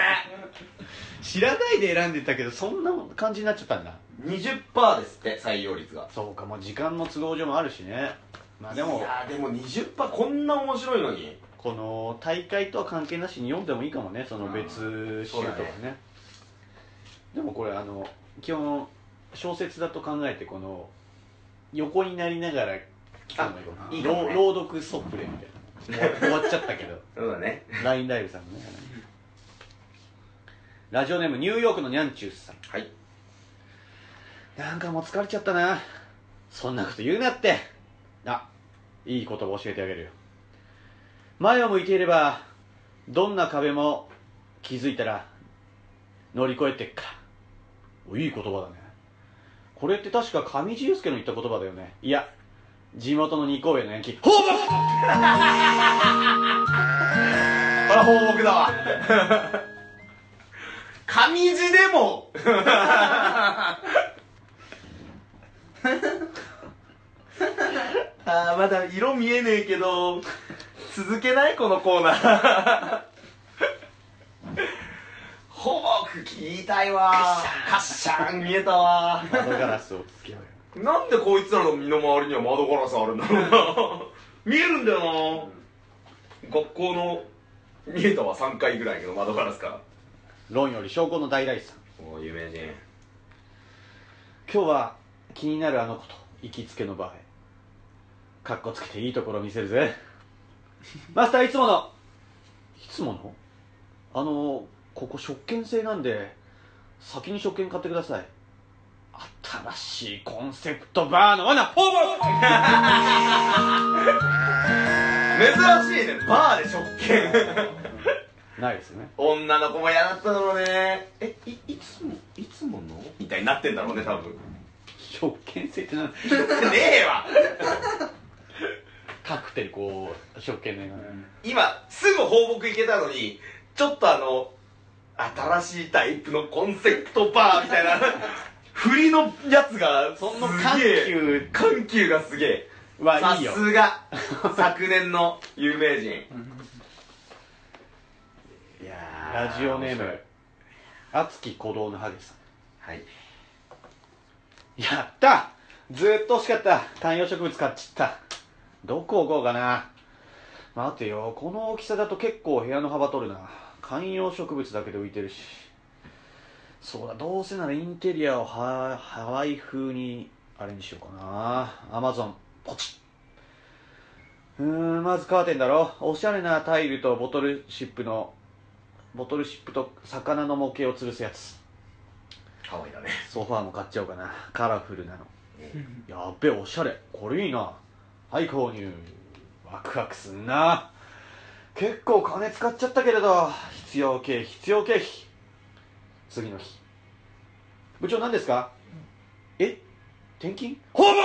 S1: 知らないで選んでたけどそんな感じになっちゃったんだ
S3: 20%ですって採用率が
S1: そうかもう時間の都合上もあるしねまあで
S3: い
S1: も
S3: やーでも20%こんな面白いのに
S1: この大会とは関係なしに読んでもいいかもねその別週とかね,、
S3: そうだ
S1: でもこれあの基本小説だと考えてこの横になりながら聞くのがいいかも
S3: あ
S1: ない
S3: いかもね
S1: 朗朗読ソプレみたいな終わ終わっちゃったけど
S3: そうだね
S1: LINE ライブさんのねラジオネームニューヨークのニャンチュースさん
S3: はい
S1: なんかもう疲れちゃったなそんなこと言うなってあいい言葉教えてあげるよ前を向いていればどんな壁も気づいたら乗り越えてっからおいい言葉だねこれって確か上地雄介の言った言葉だよねいや地元の二公園のヤンキー放牧
S3: これ放牧だわ上地でもあーまだ色見えねえけど続けないこのコーナー放牧聞いたいわカッシャン見えたわ
S1: 窓ガラスをつけようよ
S3: なんでこいつらの身の回りには窓ガラスあるんだろうな見えるんだよな、学校の見えたわ3回ぐらいの窓ガラスから
S1: 論より証拠の大大さん
S3: もう有名人
S1: 今日は気になるあの子と行きつけのバーへかっこつけていいところ見せるぜ (laughs) マスターいつものいつものあのここ食券制なんで先に食券買ってください新しいコンセプトバーの罠フォーボー
S3: 珍しいねバーで食券
S1: ないですよね
S3: 女の子も嫌だっただろうねえいいつもいつものみたいになってんだろうね多 (laughs) 分ね
S1: 食券制ってなん
S3: えわ
S1: カクテルこう食券ね、
S3: 今すぐ放牧行けたのにちょっとあの新しいタイプのコンセプトバーみた
S1: (laughs)
S3: いな振りのやつが
S1: そんな
S3: すげえ
S1: 緩
S3: 緩急がすげえ
S1: 急は
S3: さ
S1: いいよ
S3: すが昨年の有名人いやー
S1: ラジオネー
S3: 面白
S1: ム
S3: い
S1: 熱き鼓動のハゲさん
S3: はい
S1: やったずーっと惜しかった観葉植物買っちゃったどこ置こうかな待てよこの大きさだと結構部屋の幅取るな観葉植物だけで浮いてるしそうだどうせならインテリアをハハワイ風にアレンジしようかなアマゾンポチッうーんまずカーテンだろおしゃれなタイルとボトルシップのボトルシップと魚の模型を吊るすやつ
S3: ハワイだね
S1: ソファーも買っちゃおうかなカラフルなのやっべおしゃれこれいいなはい購入ワクワクすんな結構金使っちゃったけれど必要経費必要経費次の日部長何ですかえ転勤訪問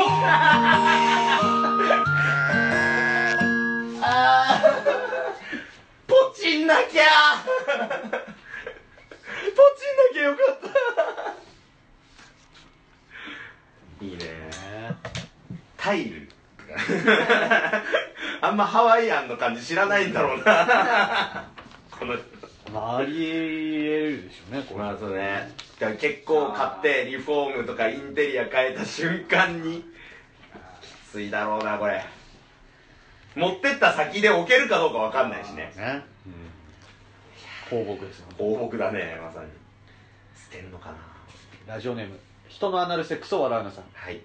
S3: ポチんな (laughs) きゃポチんなきゃよかったいいねタイルとかあんまハワイアンの感じ知らないんだろうなこの
S1: まあありえるでしょうねこれ、
S3: まあそうねだから結構買ってリフォームとかインテリア変えた瞬間にきついだろうなこれ持ってった先で置けるかどうかわかんないしね
S1: ね、うん、放牧ですよ
S3: 放牧だねまさに捨てんのかな
S1: ラジオネーム人のアナルセックスを笑うなさん
S3: はい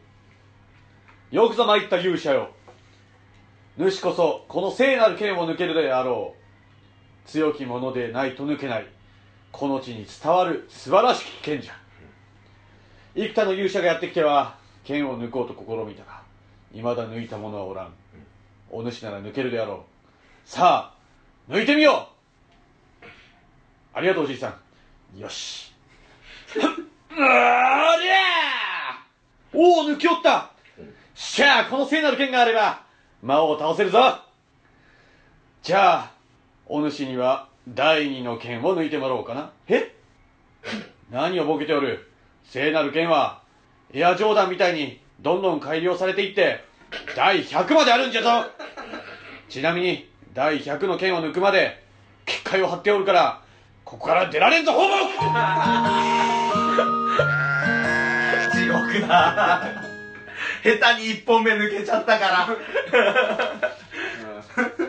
S1: よくぞ参った勇者よ主こそこの聖なる剣を抜けるであろう強き者でないと抜けないこの地に伝わる素晴らしき剣じゃ幾多の勇者がやってきては剣を抜こうと試みたが未だ抜いた者はおらんお主なら抜けるであろうさあ抜いてみようありがとうおじいさんよしおりゃーおお抜きおったしゃあこの聖なる剣があれば魔王を倒せるぞじゃあお主には第二の剣を抜いてもらおうかなえ何をボケておる聖なる剣はエアジョーダンみたいにどんどん改良されていって第100まであるんじゃぞちなみに第100の剣を抜くまで結界を張っておるからここから出られんぞ放牧
S3: 地獄だ下手に1本目抜けちゃったから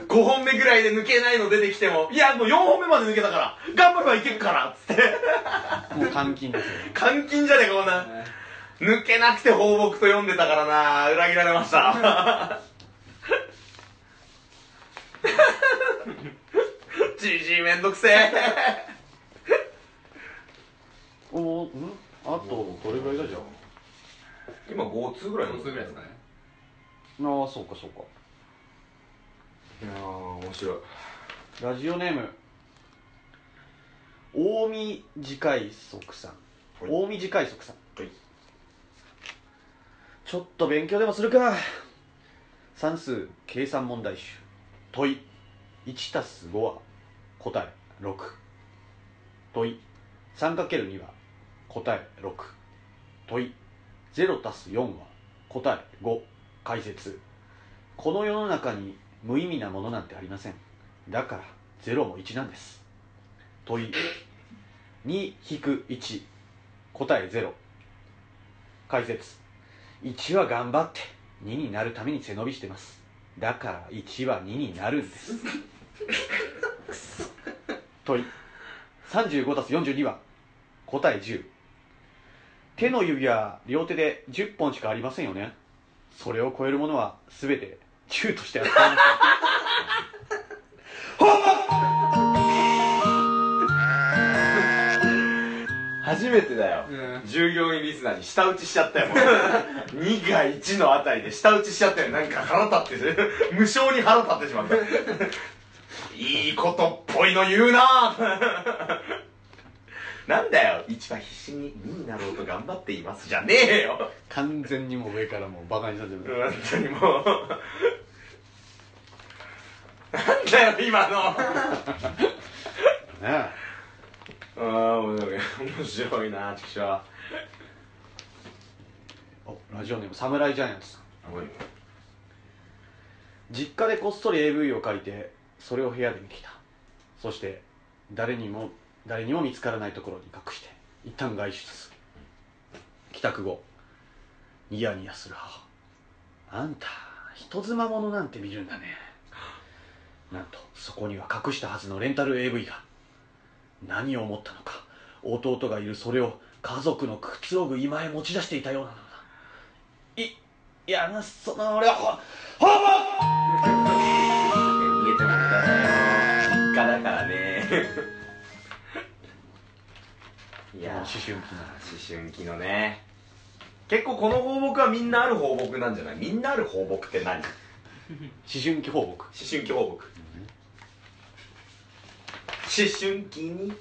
S3: 5本目ぐらいで抜けないの出てきてもいやもう4本目まで抜けたから頑張ればいけるからっつって
S1: もう監禁ですよ
S3: 監禁じゃねえかこんな抜けなくて放牧と読んでたからな裏切られました (laughs) じじいめんどくせえ
S1: おんあとどれぐらいだじゃ
S3: 今5通ぐらい
S2: そうぐらいですかね
S1: ああそうかそうか
S3: いやー面白い
S1: ラジオネーム近江次回即さん
S3: はい
S1: 近江次回即さん
S3: はい
S1: ちょっと勉強でもするか算数計算問題集問い1たす5は答え6問い 3×2 は答え6問い0たす4は答え5解説この世の中に無意味なものなんてありませんだから0も1なんです問い2-1答え0解説1は頑張って2になるために背伸びしてますだから1は2になるんです問い35たす42は答え10手の指は両手で10本しかありませんよねそれを超えるものは全て10として扱います
S3: 初めてだよ、
S2: うん
S3: 従業員リスナーに舌打ちしちゃったよもう (laughs) 2が1のあたりで舌打ちしちゃったよなんか腹立ってて無性に腹立ってしまったいいことっぽいの言うななんだよ1は必死に2になろうと頑張っていますじゃねえよ
S1: 完全にもう上からもうバカにさせ
S3: 本
S1: る
S3: 当にもうなんだよ今の
S1: ね
S3: (laughs) ああ面白い面白いな畜生
S1: おラジオネーム侍ジャイアンツさん
S3: おい
S1: 実家でこっそり AV を借りてそれを部屋で見ていたそして誰にも誰にも見つからないところに隠して一旦外出する帰宅後ニヤニヤする母あんた人妻ものなんて見るんだねなんとそこには隠したはずのレンタル AV が何を思ったのか弟がいるそれを家族のくつろぐ今へ持ち出していたようなのだいいやなその俺はほほぼ
S3: 逃げても無駄だよ実家だからねい
S1: いや
S3: や
S1: 思
S3: ー
S1: 春期な
S3: 思春期のね結構この放牧はみんなある放牧なんじゃないみんなある放牧って何思
S1: 思春期放牧
S3: (laughs) 春期放牧、思春期に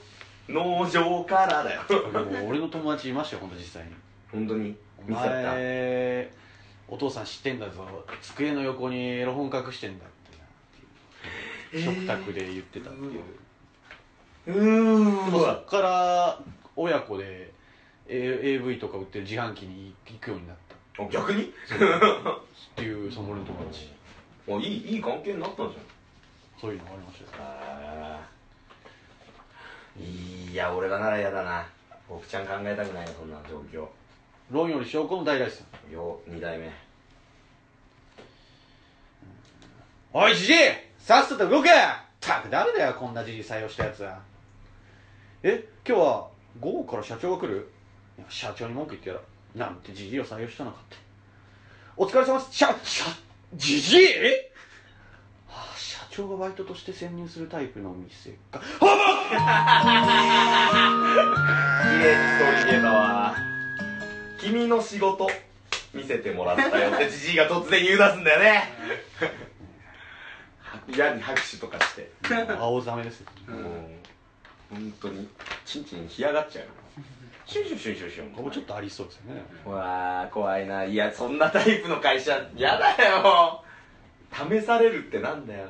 S3: 農場からだよ
S1: でも俺の友達いましたよ本当実際に
S3: 本当に
S1: 「お
S3: 見せた
S1: 前お父さん知ってんだぞ机の横にエロ本隠してんだ」ってな食卓で言ってたっていう、
S3: うー
S1: そ
S3: わ
S1: っから親子で A- AV とか売ってる自販機に行くようになったっ
S3: 逆に (laughs)
S1: ていうその俺の友達
S3: あいいいい関係になったんじゃん
S1: そういうのがありましたよ
S3: あーいや俺がなら嫌だな僕ちゃん考えたくないよそんな状況
S1: 論より証拠の大来さん
S3: よ2代目
S1: おいじじいさっさと動けったく誰だよこんなじじい採用したやつはえ今日は午後から社長が来るいや社長に文句言ってやらうなんてじじいを採用したのかってお疲れ様です社社じじいはあ社長がバイトとして潜入するタイプの店 (laughs) か
S3: 綺麗にストーリー見えたわ君の仕事見せてもらったよ (laughs) ってじじいが突然言い出すんだよね嫌に拍手とかして
S1: 青ざめですよ
S3: もう本当にチンチン干上がっちゃうシュンシュンシュンシュンシュン
S1: ここちょっとありそうですよね
S3: うわー怖いないやそんなタイプの会社やだよ試されるってなんだよ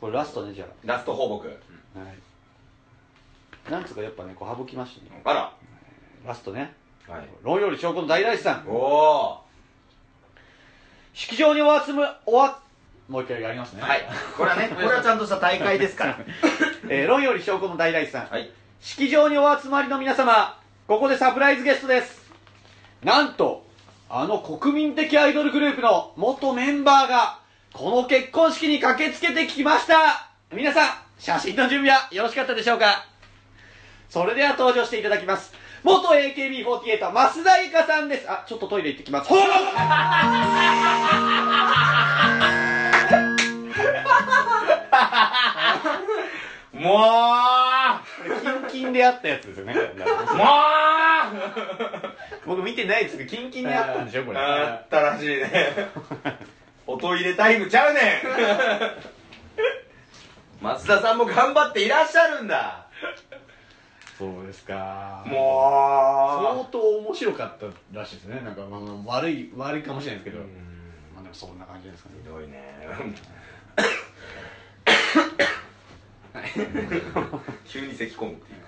S1: これラストねじゃ
S3: ラスト放牧
S1: あはいなんつうかやっぱねこう省きましたね
S3: あら
S1: ラストね
S3: はい
S1: 論より証拠の大大師さん
S3: おお
S1: 式場にお集めおわもう一回やりますね
S3: はいこれ (laughs) はねこれはちゃんとした大会ですから
S1: えー論より証拠の大大師さん、
S3: はい
S1: 式場にお集まりの皆様ここでサプライズゲストですなんとあの国民的アイドルグループの元メンバーがこの結婚式に駆けつけてきました皆さん写真の準備はよろしかったでしょうかそれでは登場していただきます元 AKB48 増田由香さんですあちょっとトイレ行ってきますほら
S3: もうも
S1: キンキンでやったやつです (laughs) よね
S3: う
S1: 僕見てないですけどキンキンでやったんでしょこれ
S3: (laughs) あったらしいねおトイレタイムちゃうねん (laughs) 松田さんも頑張っていらっしゃるんだ
S1: そうですか相
S3: も
S1: 当面白かったらしいですねなんか、まあ、悪い悪いかもしれないですけ
S3: う
S1: ど、
S3: ん
S1: まあでもそんな感じですかね
S3: ひどいね急に咳込むっていう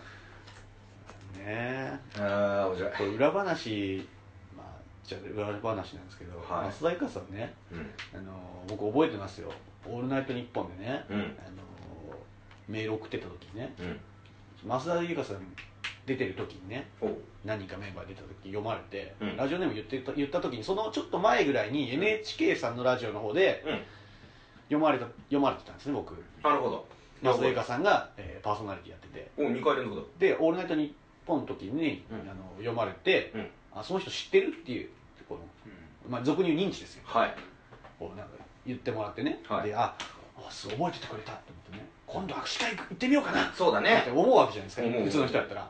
S1: ねえ
S3: ああ面白い
S1: これ裏話まあじゃあ裏話なんですけど、
S3: はい
S1: 増田由香さんね
S3: うん
S1: あの僕覚えてますよ「オールナイトニッポン」でね、
S3: うん
S1: あのメール送ってた時にね
S3: うん
S1: 増田由香さん出てる時にね
S3: おう
S1: 何人かメンバー出た時読まれて、
S3: うん
S1: ラジオネーム言ってた言った時にそのちょっと前ぐらいに NHK さんのラジオの方で
S3: うん
S1: 読まれた読まれてたんですね僕
S3: なるほど
S1: 松田由香さんが、えーパーソナリティやってて
S3: お2回連続だ
S1: で「オールナイトニッポン」の時に、
S3: うん
S1: あの読まれて、
S3: うん
S1: あその人知ってるっていうこの、まあ、俗に言う認知ですよ
S3: はい
S1: こうなんか言ってもらってね、
S3: はい
S1: でああす覚えててくれたと思ってね今度握手会行ってみようかな
S3: そうだ
S1: って
S3: ね
S1: 思うわけじゃないですか
S3: 思う
S1: 普通の人だったら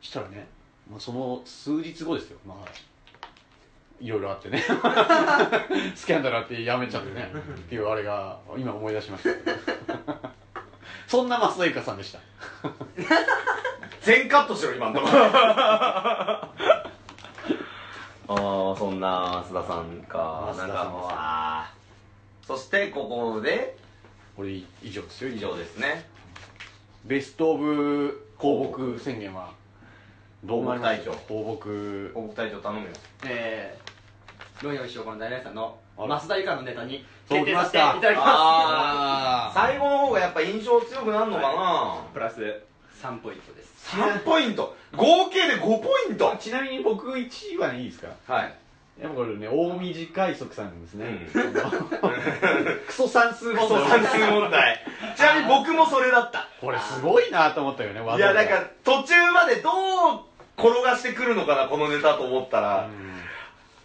S1: したらね、まあ、その数日後ですよまあいろいろあってね (laughs) スキャンダルあってやめちゃってねっていうあれが今思い出しましたそんな増田由香さんでした
S3: 全カットしろ今んと (laughs) こああそんな須田さん
S1: 増
S3: か
S1: 田さんですね
S3: なんかもうあーそしてここで
S1: これ以上ですよ
S3: 以上ですね
S1: ベスト・オブ放牧宣言はどうもありました放牧
S3: 報告隊長頼むよ
S2: えー、ロイヨン師匠この大々さんの
S1: あら
S2: 増田由香のネタに
S1: そう
S2: 決定させていただきま
S1: あー
S3: 最後の方がやっぱ印象強くなるのかな、
S2: すプラス3ポイントです
S3: 3ポイント合計で5ポイント
S1: ちなみに僕1位はねいいですか
S3: はい
S1: やっぱこれね大短い速さなんですね、
S3: う
S1: (laughs) クソ算数問
S3: そう算数問題ちなみに僕もそれだった
S1: これすごいなと思ったよねわ
S3: い
S1: ざ
S3: や
S1: わざ
S3: だから途中までどう転がしてくるのかなこのネタと思ったら、
S1: うん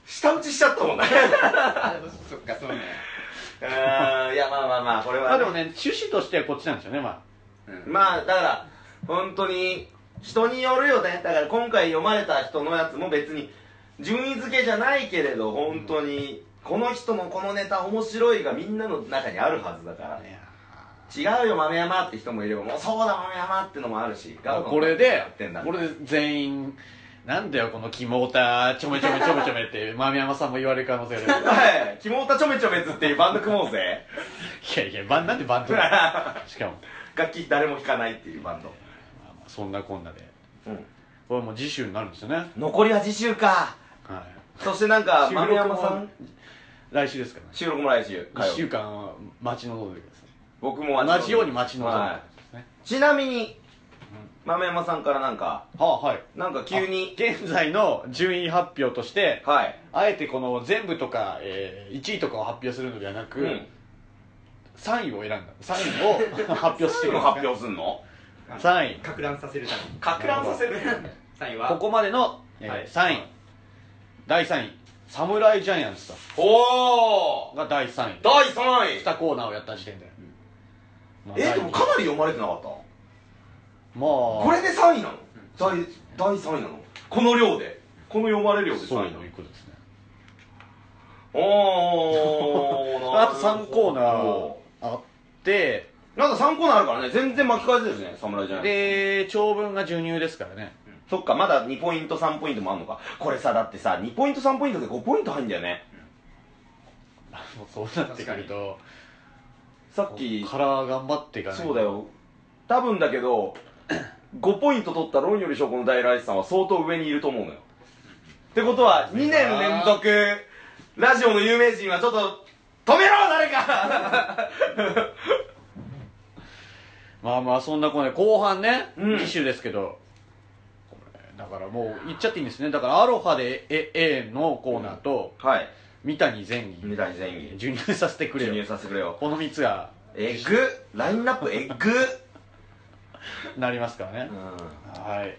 S3: 舌打ちしちゃったもんね (laughs)
S2: あそっかそうね
S3: うーんいやまあまあまあこれは、
S1: まあでもね趣旨としてはこっちなんですよねま
S2: うん
S3: まあだから本当に人によるよねだから今回読まれた人のやつも別に順位付けじゃないけれど本当にこの人のこのネタ面白いがみんなの中にあるはずだか
S1: あ
S3: らね違うよ豆山って人もいればもうそうだ豆山ってのもあるしガウ
S1: これで
S3: やってんだ
S1: これで全員なんだよこのキモーターちょめちょめちょめちょめって (laughs) 豆山さんも言われる可能性
S3: (laughs)
S1: がある
S3: (laughs) はい「キモータちょめちょめつ」っていうバンド組もうぜ (laughs)
S1: いやいやバンなんでバンドだしかも、
S3: 楽器誰も弾かないっていうバンド
S1: まあまあそんなこんなで
S3: うん
S1: これもう次週になるんですよね
S3: 残りは次週か
S1: は
S3: そしてなんか
S1: 収録
S3: 豆
S1: も
S3: 山さん
S1: い来週ですからね
S3: 収録も来週火曜
S1: 1週間は待ち望んでください
S3: 僕も
S1: 同じように待ち望んで
S3: はい
S1: ですね、
S3: ちなみに豆山さんからなんか
S1: はあはい
S3: なんか急に
S1: 現在の順位発表として
S3: はい
S1: あえてこの全部とか、え1位とかを発表するのではなく、
S3: うん
S1: 3位を選んだ3位を発表してく
S3: も
S1: だ
S3: 発
S1: さ
S3: 表すんの
S2: あの
S1: 三位
S2: か乱させるために
S3: か乱させる
S2: 3位
S1: い
S2: は
S1: ここまでの、え
S2: はい
S1: 3位第3位侍ジャイアンツさん
S3: お (laughs) お
S1: が第3位
S3: 第3位
S1: 2コーナーをやった時点で、まあ
S3: え
S1: 第
S3: で
S1: 二
S3: も
S1: 位
S3: かなり読まれてなかった
S1: まあ
S3: これで3位なの第第3位なのこの量でこの読まれる量で
S1: そう
S3: 3位なの
S1: いうことですね
S3: おー
S1: あと3コーナーあって
S3: なんか3コーナーあるからね全然巻き返せですね侍ジャイアンツ
S1: で長文が授乳ですからね
S3: そっかまだ2ポイント3ポイントもあんのかこれさだってさ2ポイント3ポイントで5ポイント入んだよね
S1: もうそうなってくると
S3: さっき
S1: こっから頑張っていかないと
S3: そうだよ多分だけど (coughs) 5ポイント取った論より証拠の大来さんは相当上にいると思うのよってことは2年連続ラジオの有名人はちょっと止めろ誰
S1: (laughs)
S3: か
S1: まあまあそんなこんなで後半ね、
S3: うん
S1: 次週ですけどこれだからもう言っちゃっていいんですねだからアロハでえええのコーナーと、
S3: はい
S1: 三谷前儀
S3: 二大全員
S1: 授乳させてくれ
S3: 記入
S1: よ
S3: させてくれよ
S1: この3つが
S3: えぐラインナップえぐ
S1: なりますからね、
S3: う
S1: はい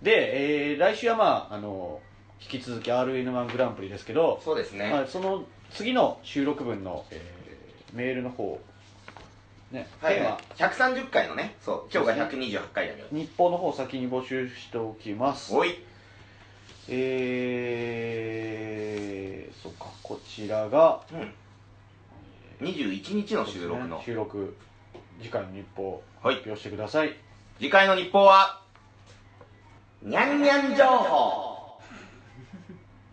S1: で、えー来週はまああの引き続き RN1 グランプリですけど
S2: そうですね、
S1: まあ、その次の収録分の、えーメールの方ね、
S3: んはい
S1: テーマ
S3: 130回のねそう今日が128回だけど
S1: 日報の方を先に募集しておきます
S3: おい
S1: えー、そうかこちらが
S3: うん21日の収録の
S1: 収録次回の日報
S3: はい
S1: 発表してください、
S3: 次回の日報はにゃんにゃん情報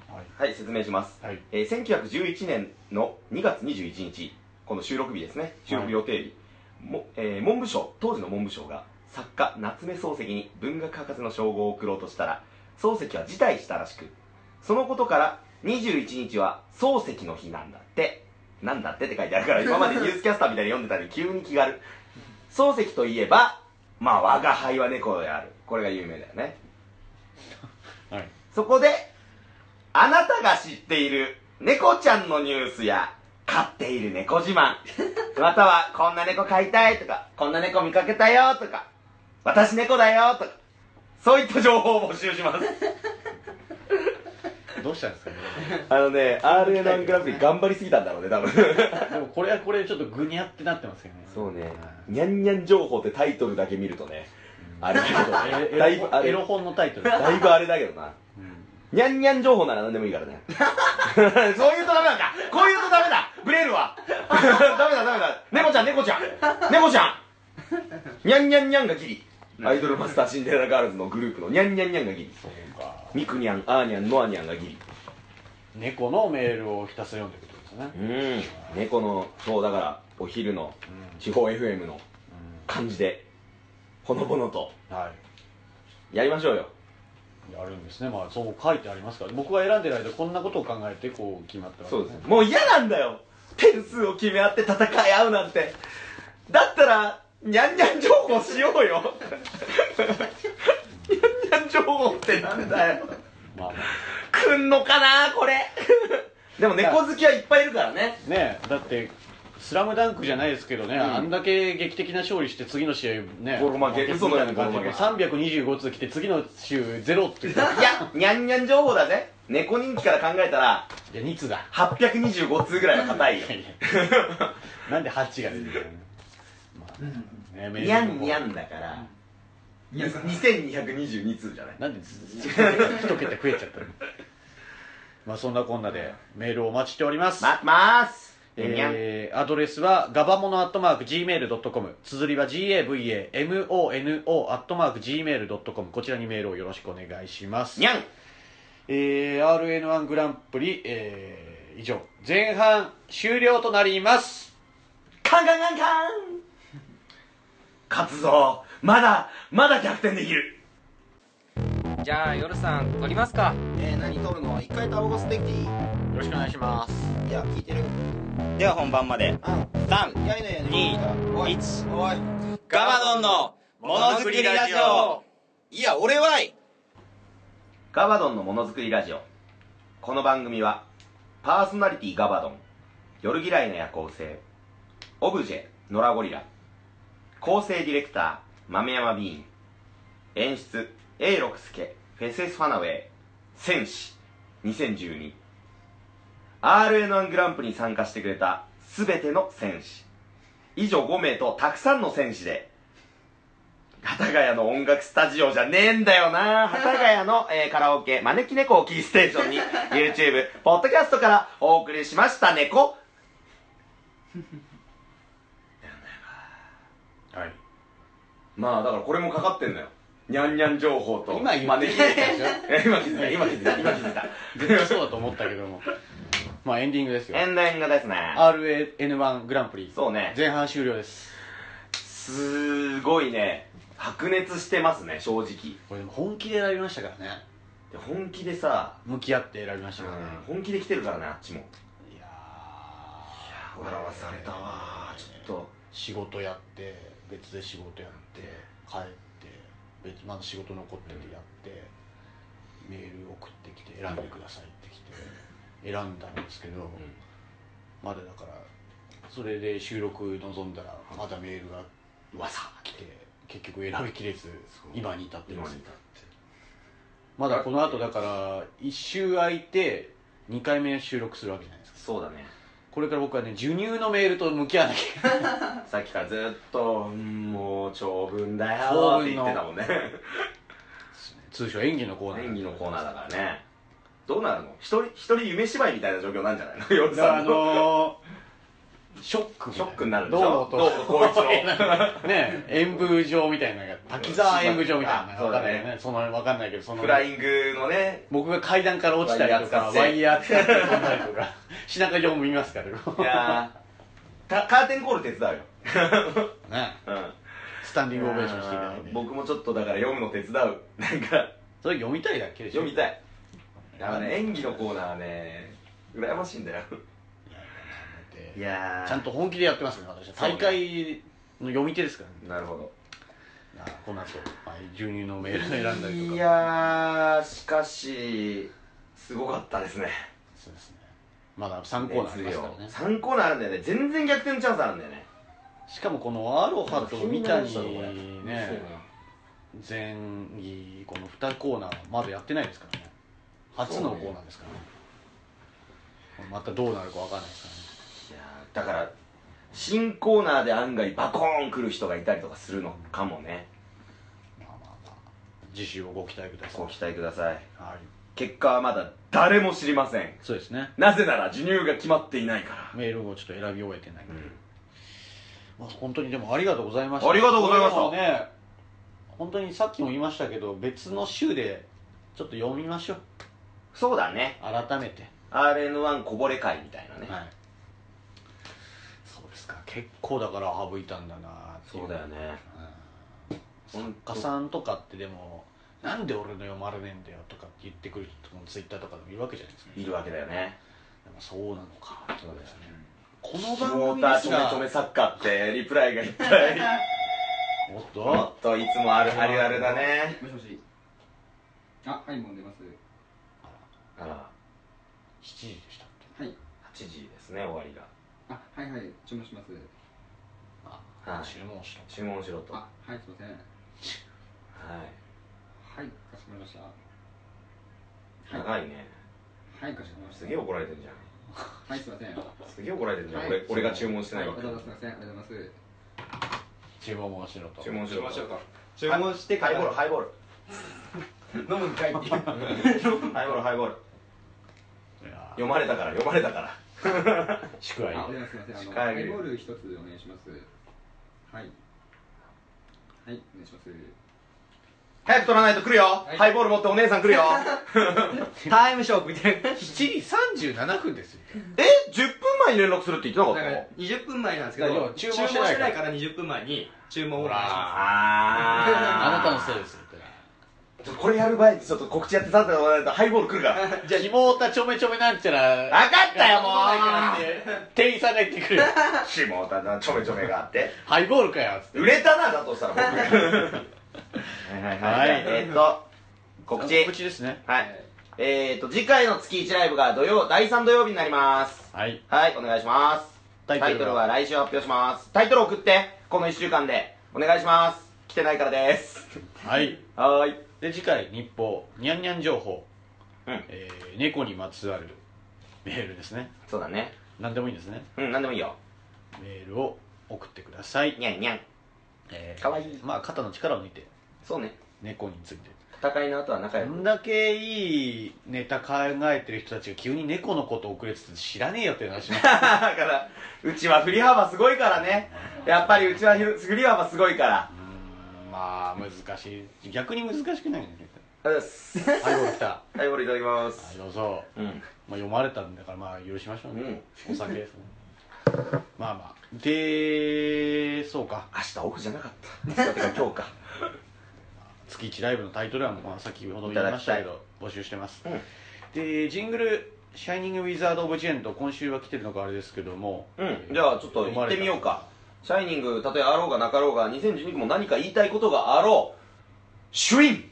S1: はい
S3: はい説明します
S1: はい
S3: えー1911年の2月21日この収録日ですね収録予定日、もえー文部省当時の文部省が作家夏目漱石に文学博士の称号を贈ろうとしたら漱石は辞退したらしくそのことから21日は漱石の日なんだってなんだってって書いてあるから今までニュースキャスターみたいに読んでたのに急に気軽漱石といえばまあ我が輩は猫であるこれが有名だよね
S1: はい、
S3: そこで、あなたが知っている猫ちゃんのニュースや、飼っている猫自 (laughs) 慢、またはこんな猫飼いたいとか、こんな猫見かけたよとか、私猫だよとか、そういった情報を募集します。
S1: どうしたんですかね
S3: (laughs) あのね、RN1 グランプリ頑張りすぎたんだろうね、多 (laughs) 分。
S1: でもこれはこれでちょっとグニャってなってますよね
S3: そうね、
S1: はい
S3: にゃんにゃん情報ってタイトルだけ見るとね、あれだけどね、
S1: え
S3: だ
S1: エ
S3: い
S1: ロ
S3: ぶ
S1: 本
S3: あ
S1: エ
S3: れ、
S1: ロ本のタイトル、
S3: だいぶあれだけどな。
S1: うん
S3: にゃんにゃん情報なら何でもいいからね。 (laughs) そういうとダメなんだ。こういうとダメだ。ブレール (laughs) は。ダメだダメだ。猫ちゃん猫ちゃん。猫ちゃん。にゃんにゃんにゃんがギリ。アイドルマスターシンデレラガールズのグループのにゃんにゃんにゃんがギリ。
S1: そうか
S3: ミクニャン、アーニャン、ノアニャンがギリ。
S1: 猫のメールをひたすら読んでいくってことです
S3: う
S1: ね、
S3: ん。猫の、そうだから、お昼の地方 FM の感じで、ほのぼのと、
S1: うんはい
S3: やりましょうよ。
S1: やるんですねまあそう書いてありますから僕が選んでる間こんなことを考えてこう決まったわけ
S3: そうですねもう嫌なんだよ点数を決め合って戦い合うなんてだったらにゃんにゃん情報しようよ (laughs) にゃんにゃん情報ってなんだよ
S1: まあまあ
S3: くんのかなこれでも猫好きはいっぱいいるからね
S1: ねえだって「スラムダンクじゃないですけどね、あんだけ劇的な勝利して次の試合ね
S3: ボロ負け
S1: み
S3: 嘘の
S1: た
S3: よ
S1: いうな
S3: に
S1: 感じで
S3: ボロ負け
S1: 325通来て次の週ゼロっていうい
S3: いやにゃんにゃん情報だぜ猫人気から考えたら
S1: や2通だ
S3: 825通ぐらいは硬いよ (laughs)
S1: なんで8が出てくるのかなまあねメール
S3: にゃんにゃ
S1: の
S3: んだから
S2: いや
S3: 2222通じゃない
S1: 方なんで1桁増えちゃったのまあそんなこんなでメールをお待ちしております
S3: 待ってまーすにゃん
S1: えーアドレスはガバモノアットマーク Gmail.com 綴りは GAVAMONO アットマーク Gmail.com こちらにメールをよろしくお願いします
S3: にゃん
S1: えー、RN1 グランプリ、えー以上前半終了となります
S3: カンカンカンカン勝つぞまだまだ逆転できる
S4: じゃあ夜さん撮りますか
S5: えー、何撮るの一回タバコ吸ってきていいい
S1: よろしくお願いします
S5: や聞いてる
S4: では本番まで
S5: うん
S4: 3
S5: やいねやいね
S4: 二
S5: おい
S4: 一
S5: おい
S4: ガバドンのものづくりラジオいや俺はい
S3: ガバドンのものづくりラジオこの番組はパーソナリティガバドン夜嫌いの夜行性オブジェノラゴリラ構成ディレクター豆山ビーン演出 A 六輔フェセスファナウェイ戦士 2012RN1 グランプリに参加してくれた全ての戦士以上5名とたくさんの戦士で幡ヶ谷の音楽スタジオじゃねえんだよな幡ヶ谷 (laughs) の、えーカラオケ招き猫をキーステーショ (laughs) ンに YouTube ポッドキャストからお送りしました猫
S1: はい
S3: まあだからこれもかかってんのよにゃんにゃん情報と
S1: 今言って
S3: 招き
S1: たでしょ
S3: え (laughs) 今気づいた今気づいた今気づいた
S1: 絶 (laughs) 対そうだと思ったけどもまあエンディング
S3: (laughs)
S1: ですよ
S3: エンディングですね
S1: RN1 グランプリ
S3: そうね
S1: 前半終了です
S3: すごいね白熱してますね正直
S1: これでも本気で選びましたからね
S3: で本気でさ、
S1: 向き合って選びましたからね
S3: 本気で来てるからねあっちも
S1: いやー
S3: 笑わされたわちょっと
S1: 仕事やって別で仕事やって帰って別まだ仕事残っててやって、メール送ってきて選んでくださいってきて選んだんですけど、まだだからそれで収録望んだらまだメールがわさー来て結局選びきれず今に至ってますまだこの後だから1週空いて2回目収録するわけじゃないですか
S3: そうだね
S1: これから僕はね授乳のメールと向き合わなきゃいけない
S3: さっきからずっとうん「もう長文だよ」って言ってたもんね (laughs)
S1: 通称演技のコーナー
S3: 演技のコーナーだからねどうなるの一人一人夢芝居みたいな状況なんじゃないの夜
S1: だから
S3: さ
S1: あ
S3: んの
S1: のー、ショックみ
S3: シ
S1: たい
S3: ョックになるでしょ
S1: どう
S3: どうもこいつの
S1: (laughs) ね演舞場みたいなのが滝沢演舞場みたいなのが
S3: あそ
S1: わ
S3: う
S1: かん
S3: だね
S1: ないよねそのわかんないけどその
S3: フライングのね
S1: 僕が階段から落ちたりとかワ
S3: ワ
S1: イ
S3: イ
S1: ヤー使って飛んだりとか (laughs) 品川上も見ますからね
S3: (laughs) いやーたカーテンコール手伝うよ
S1: ね
S3: うん
S1: スタンディングオベーションしていただい
S3: あ
S1: て
S3: ー僕もちょっとだから読むの手伝うなんか
S1: それ読みたいだけでしょ
S3: 読みたいだからね演技のコーナーはね羨ましいんだよいやー
S1: ちゃんと本気でやってますね私は
S3: そうね
S1: 大会の読み手ですからね
S3: なるほど
S1: あーこの後、まあ、牛乳のメールを選んだりとか
S3: いやーしかしすごかったですね
S1: そうですねまだ3コーナーありますからね
S3: 3コーナーあるんだよね全然逆転のチャンスあるんだよね
S1: しかもこのアロハと三谷
S3: 気になりましたねこ
S1: ね前儀この2コーナーまだやってないですからね初のコーナーですからねまたどうなるかわかんないですからね
S3: いやーだから新コーナーで案外バコーン来る人がいたりとかするのかもね
S1: まあまあまあ次週をご期待ください
S3: ご期待ください
S1: はい
S3: 結果はまだ誰も知りません
S1: そうですね
S3: なぜなら授乳が決まっていないから
S1: メールをちょっと選び終えてないんで、まあ、本当にでもありがとうございました
S3: ありがとうございました
S1: こういうのをね本当にさっきも言いましたけど別の週でちょっと読みましょう
S3: そうだね
S1: 改めて
S3: RN1 こぼれ会みたいなね、
S1: はい、そうですか結構だから省いたんだなっていう
S3: そうだよね
S1: 作家さんとかってでもなんで俺の読まれねえんだよとかって言ってくる人もツイッターとかでもいるわけじゃないですか
S3: いるわけだよね
S1: でもそうなのか
S3: そうだよね
S1: この
S3: ウ
S1: 番組
S3: ォータ
S1: で
S3: ー
S1: す
S3: ちょめちょめ
S1: が
S3: サッカーってリプライがいっぱい
S1: (laughs) おっ
S3: お
S1: と
S3: っといつもあるあるあるだね
S2: もしもしあはいもう出ます
S3: あら
S1: 7時でしたっけ
S2: はい
S3: 8時ですね終わりが
S2: あはいはい注文します
S1: あ、
S3: はい
S1: 注文した
S3: 注文しろとは
S2: あはいすいませんはいかしこまりました
S3: い長いね
S2: はいかしこまりました
S3: すげえ怒られてるじゃん
S2: はいすいません
S3: すげえ怒られてるじゃん、
S2: はい
S3: 俺俺が注文してないわ
S2: あ
S3: け
S2: りがとうございますすいませんありがとうございます
S1: 注文もしろと
S3: 注文しろと
S2: 注文してか
S3: ハイ
S2: ら
S3: ボールハイボール
S2: 飲むんかいっていう
S3: (laughs) ハイボールハイボール
S1: いやー
S3: 読まれたから読まれたから (laughs)
S1: 宿題
S2: あ、お願いします。あの、
S3: 近い
S2: ハイボール一つお願いします。はい。はい、お願いします。
S3: 早く取らないと来るよ、
S2: い
S3: ハイボール持ってお姉さん来る (laughs) よ
S2: タイムショックみたいな。
S1: 7時37分ですよ
S3: え10分前に連絡するって言ってなかった
S2: なんか20分前なんですけ
S1: いや要は
S2: ど、
S1: 注文してないから
S2: から20分前に注文をお
S1: ほ
S2: 願いしま
S3: あ
S1: あなたのせいですよ
S3: ちょっとこれやる前にちょっと告知やってさせてもらわないとハイボール来る (laughs) から分
S1: じゃあ妹たちょめちょめなんちゃら
S3: かったよ
S1: あ
S3: もう
S1: 店員さんが言ってくる
S3: 下田のちょめちょめがあって
S1: ハイボールかよっつって
S3: 売れたなだとしたら僕はいはいはい、
S1: はい
S3: えーっと告知
S1: 告知ですね
S3: はいえーっと次回の月1ライブが土曜第3土曜日になります
S1: はい
S3: はいお願いします
S1: タ
S3: タ
S1: イ
S3: イ
S1: ト
S3: ト
S1: ルは
S3: ルは来週発表しますタイトル送ってこの1週間でお願いします来てないからです
S1: はい
S3: はーい
S1: で次回日報にゃんにゃん情報、
S3: うん
S1: えー猫にまつわるメールですね
S3: そうだね
S1: 何でもいいんですね
S3: うんなんでもいいよ
S1: メールを送ってください、
S3: にゃんにゃん
S1: えー
S3: かわいい
S1: まあ肩の力を抜いて
S3: そうね
S1: 猫について
S3: 戦いの後は仲
S1: こ
S3: 良く
S1: んだけいいネタ考えてる人たちが急に猫のこと遅れつつ知らねえよっていう
S3: (laughs)
S1: 話
S3: だからうちは振り幅すごいからねやっぱりうちはひ振り幅すごいから
S1: まあ難しい逆に難しくないね
S3: ありがとうございます。
S1: 最後来たは
S3: はい、これいただきます
S1: い。どうぞ、
S3: うん。
S1: まあ、読まれたんだからまあ許しましょうね、お酒 (laughs) ですねまあまあでそうか
S3: 明日オフじゃなか (laughs) った。明日ってか今日か。
S1: 月1ライブのタイトルは、まあ、先ほど言いましたけど募集してます、でジングル「シャイニング・ウィザード・オブ・ジェント」今週は来てるのかあれですけども、
S3: うん。じゃあちょっと行ってみようか。シャイニング、たとえあろうがなかろうが、2012も何か言いたいことがあろう。シュイン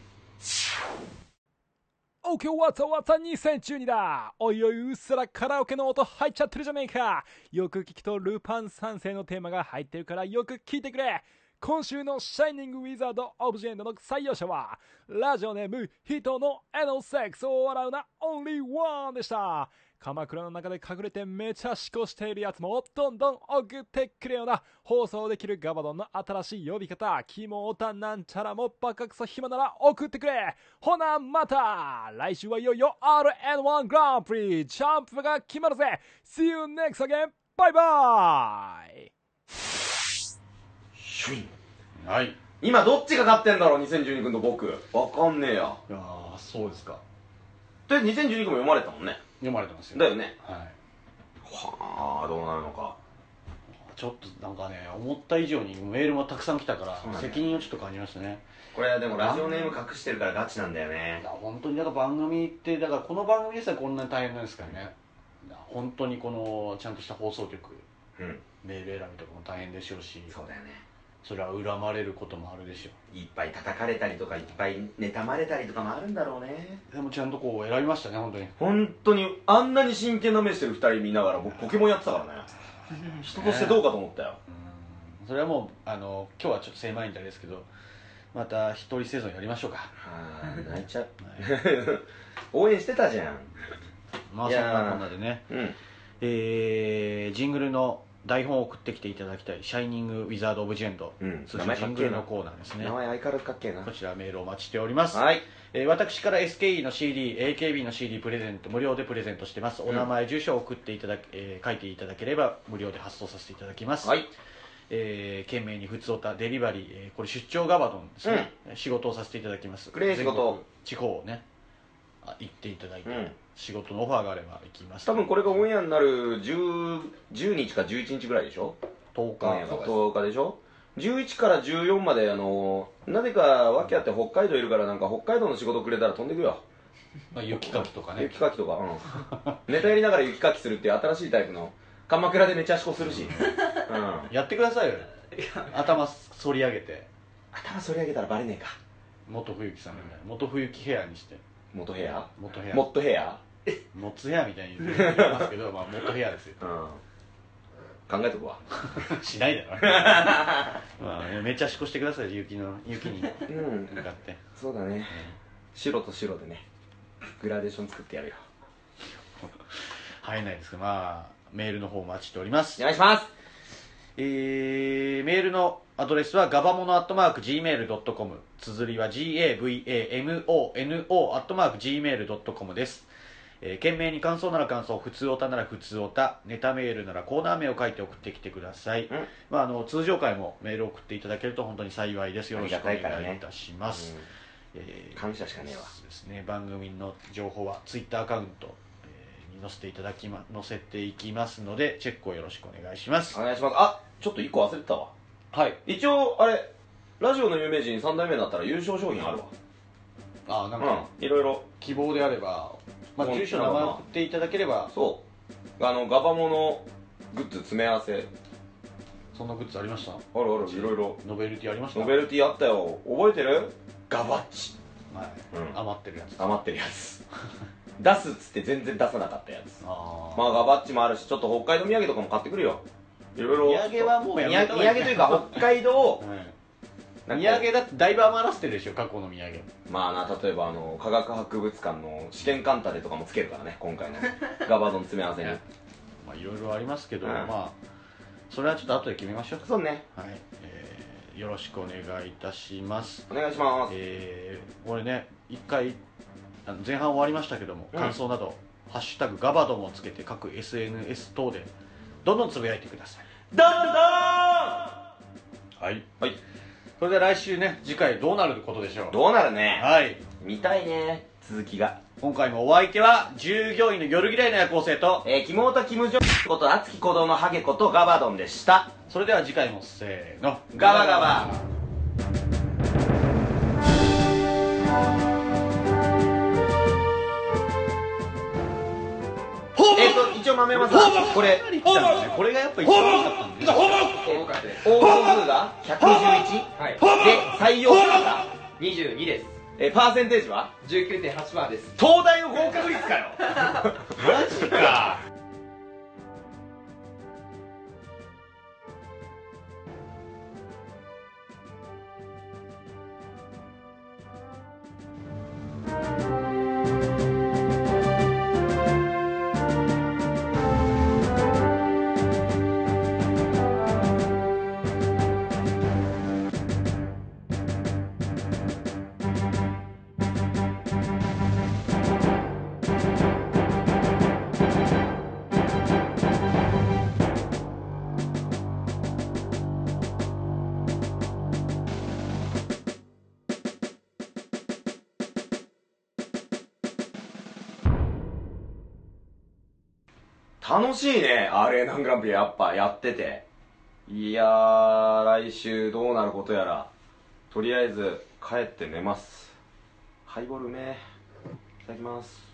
S6: お今日わざわざ2012だおいおいうっすらカラオケの音入っちゃってるじゃねえかよく聞くとルパン三世のテーマが入ってるからよく聞いてくれ今週のシャイニングウィザードオブジェンドの採用者はラジオネーム人のエノセックスを笑うなオンリーワンでした鎌倉の中で隠れてめちゃしこしているやつもどんどん送ってくれよな放送できるガバドンの新しい呼び方キモオタなんちゃらもバカクソ暇なら送ってくれほなまた来週はいよいよ RN1 グランプリチャンプが決まるぜ See you next again! バイバイ
S3: シュイン
S1: はいい
S3: 今どっちが勝ってんだろう、2012君と僕。わかんねえや。
S1: やーそうですか
S3: とりあえず2012君も読まれたもんね。
S1: 読まれてますよ
S3: だよね。
S1: はい
S3: はあ、どうなるのか。
S1: ちょっとなんかね思った以上にメールもたくさん来たから、
S3: そうだね
S1: 責任をちょっと感じましたね
S3: これでもラジオネーム隠してるからガチなんだよ
S1: い
S3: ね
S1: や本当にだから番組ってだからこの番組でさえこんなに大変なんですからねいや本当にこのちゃんとした放送局
S3: うん
S1: メール選びとかも大変でしょうし
S3: そうだよね
S1: それは恨まれることもあるでしょ
S3: いっぱい叩かれたりとかいっぱい妬まれたりとかもあるんだろうね
S1: うでもちゃんとこう選びましたね本当に
S3: 本当にあんなに真剣な目してる2人見ながら僕ポケモンやってた (laughs) からね人としてどうかと思ったよ
S1: それはもうあの今日はちょっと狭いんであれですけどまた一人生存やりましょうか、
S3: はあ (laughs) 泣いちゃう
S1: は
S3: 応援してたじゃん
S1: まあ
S3: い
S1: そん
S3: やー
S1: なこんなでね
S3: うん
S1: えー、ジングルの台本を送ってきていただきたい「シャイニング・ウィザード・オブ・ジェンド」
S3: うん
S1: 通称ジングルのコーナーですね
S3: 名前相変わらずかっけえな
S1: こちらメールをお待ちしております、
S3: はい
S1: えー私から SKE の CD、AKB の CD プレゼント無料でプレゼントしてますお名前、住所を送っていただけ、えー書いていただければ無料で発送させていただきます、
S3: はい
S1: えー、懸命に普通たデリバリー、えーこれ出張ガバドンですね、仕事をさせていただきます
S3: くれ
S1: 全
S3: 仕事
S1: 国地方をねあ行っていただいて、
S3: うん
S1: 仕事のオファーがあれば行きます
S3: 多分これがオンエアになる 10, 10日か11日ぐらいでしょ
S1: 10日
S3: 10日でしょ11から14まであのなぜか訳あって北海道いるからなんか北海道の仕事くれたら飛んでくよ
S1: まあ、雪かきとかね
S3: 雪かきと (laughs) か、うん、ネタやりながら雪かきするっていう新しいタイプの鎌倉でめちゃしこするし、うん、
S1: やってくださいよ頭反り上げて
S3: 頭反り上げたらバレねえか
S1: 元冬木さんみたいな元冬木ヘアにして
S3: 元ヘア
S1: 元ヘア
S3: モットヘア、
S1: モッツヘアみたいに言ってますけどまあ元ヘアですよ
S3: 考えとくわ
S1: しないだろまあ、ね、めっちゃしこしてください雪の雪に向
S3: うん
S1: かって
S3: そうだね白と白でねグラデーション作ってやるよ
S1: 入んないですけどまあメールの方お待ちしております
S3: お願いします
S1: えーメールのアドレスはガバモノアットマーク Gmail.com 綴りは GAVAMONO アットマーク Gmail.com です、えー、懸命に感想なら感想普通おたなら普通おたネタメールならコーナー名を書いて送ってきてください、
S3: ん
S1: まあ、あの通常回もメールを送っていただけると本当に幸いですよろしくお願いいたします、えー
S3: 感謝しかねえわ
S1: そうですね番組の情報はツイッターアカウントえーに載せていただきま載せていきますのでチェックをよろしくお願いします
S3: お願いしますあちょっと1個忘れてたわ
S1: はい
S3: 一応あれラジオの有名人3代目になったら優勝商品あるわ
S1: あなんか、
S3: うんいろいろ
S1: 希望であれば、まあ、
S3: うん
S1: 住所名前送っていただければ
S3: そうあのガバモのグッズ詰め合わせある
S1: そんなグッズありました
S3: あるいろいろ
S1: ノベルティありました
S3: ノベルティあったよ覚えてるガバッチ
S1: はい、
S3: うん
S1: 余ってるやつあ
S3: 余ってるやつ (laughs) 出すっつって全然出さなかったやつ
S1: あ
S3: まあガバッチもあるしちょっと北海道土産とかも買ってくるよいろいろ
S1: 土産はもうやめた方
S3: 土産土
S1: がいい
S3: 産というか北海道
S1: (laughs)
S3: を
S1: 土産だってだいぶ余らせてるでしょ過去の土産
S3: まあな例えばあの科学博物館の試験カンタレとかもつけるからね
S1: (laughs)
S3: 今回のガバドン詰め合わせに
S1: まあいろいろありますけど、
S3: うん
S1: まあそれはちょっと後で決めましょう
S3: そうね
S1: はい、えーよろしくお願いいたします
S3: お願いします
S1: えーこれね一回あの前半終わりましたけども
S3: うん
S1: 感想など、ハッシュタグガバドンをつけて各 SNS 等でどんどんつぶやいてください
S3: どんどんは
S1: はい
S3: い
S1: それで来週ね次回どうなることでしょう
S3: どうなるね
S1: はい
S3: 見たいね続きが
S1: 今回もお相手は従業員の夜嫌いの夜行性と
S3: えー、キモータキム・ジョンこと熱き鼓動のハゲことガバドンでした
S1: それでは次回もせーの
S3: ガバガバ
S1: ホーム
S3: えっ、と一応豆山さんこれ
S1: 来たんだねこれがやっぱ一番良かったんだね
S2: 多かったです
S3: 応募数が 111?
S2: はい
S3: で採用数が、
S2: 22です
S3: えー、パーセンテージは
S2: 19.8%です
S3: 東大の合格率かよマジか楽しいね、R−A1 グランプリやっぱやってて。いやー、来週どうなることやら。とりあえず、帰って寝ます。ハイボールうめえ。いただきます。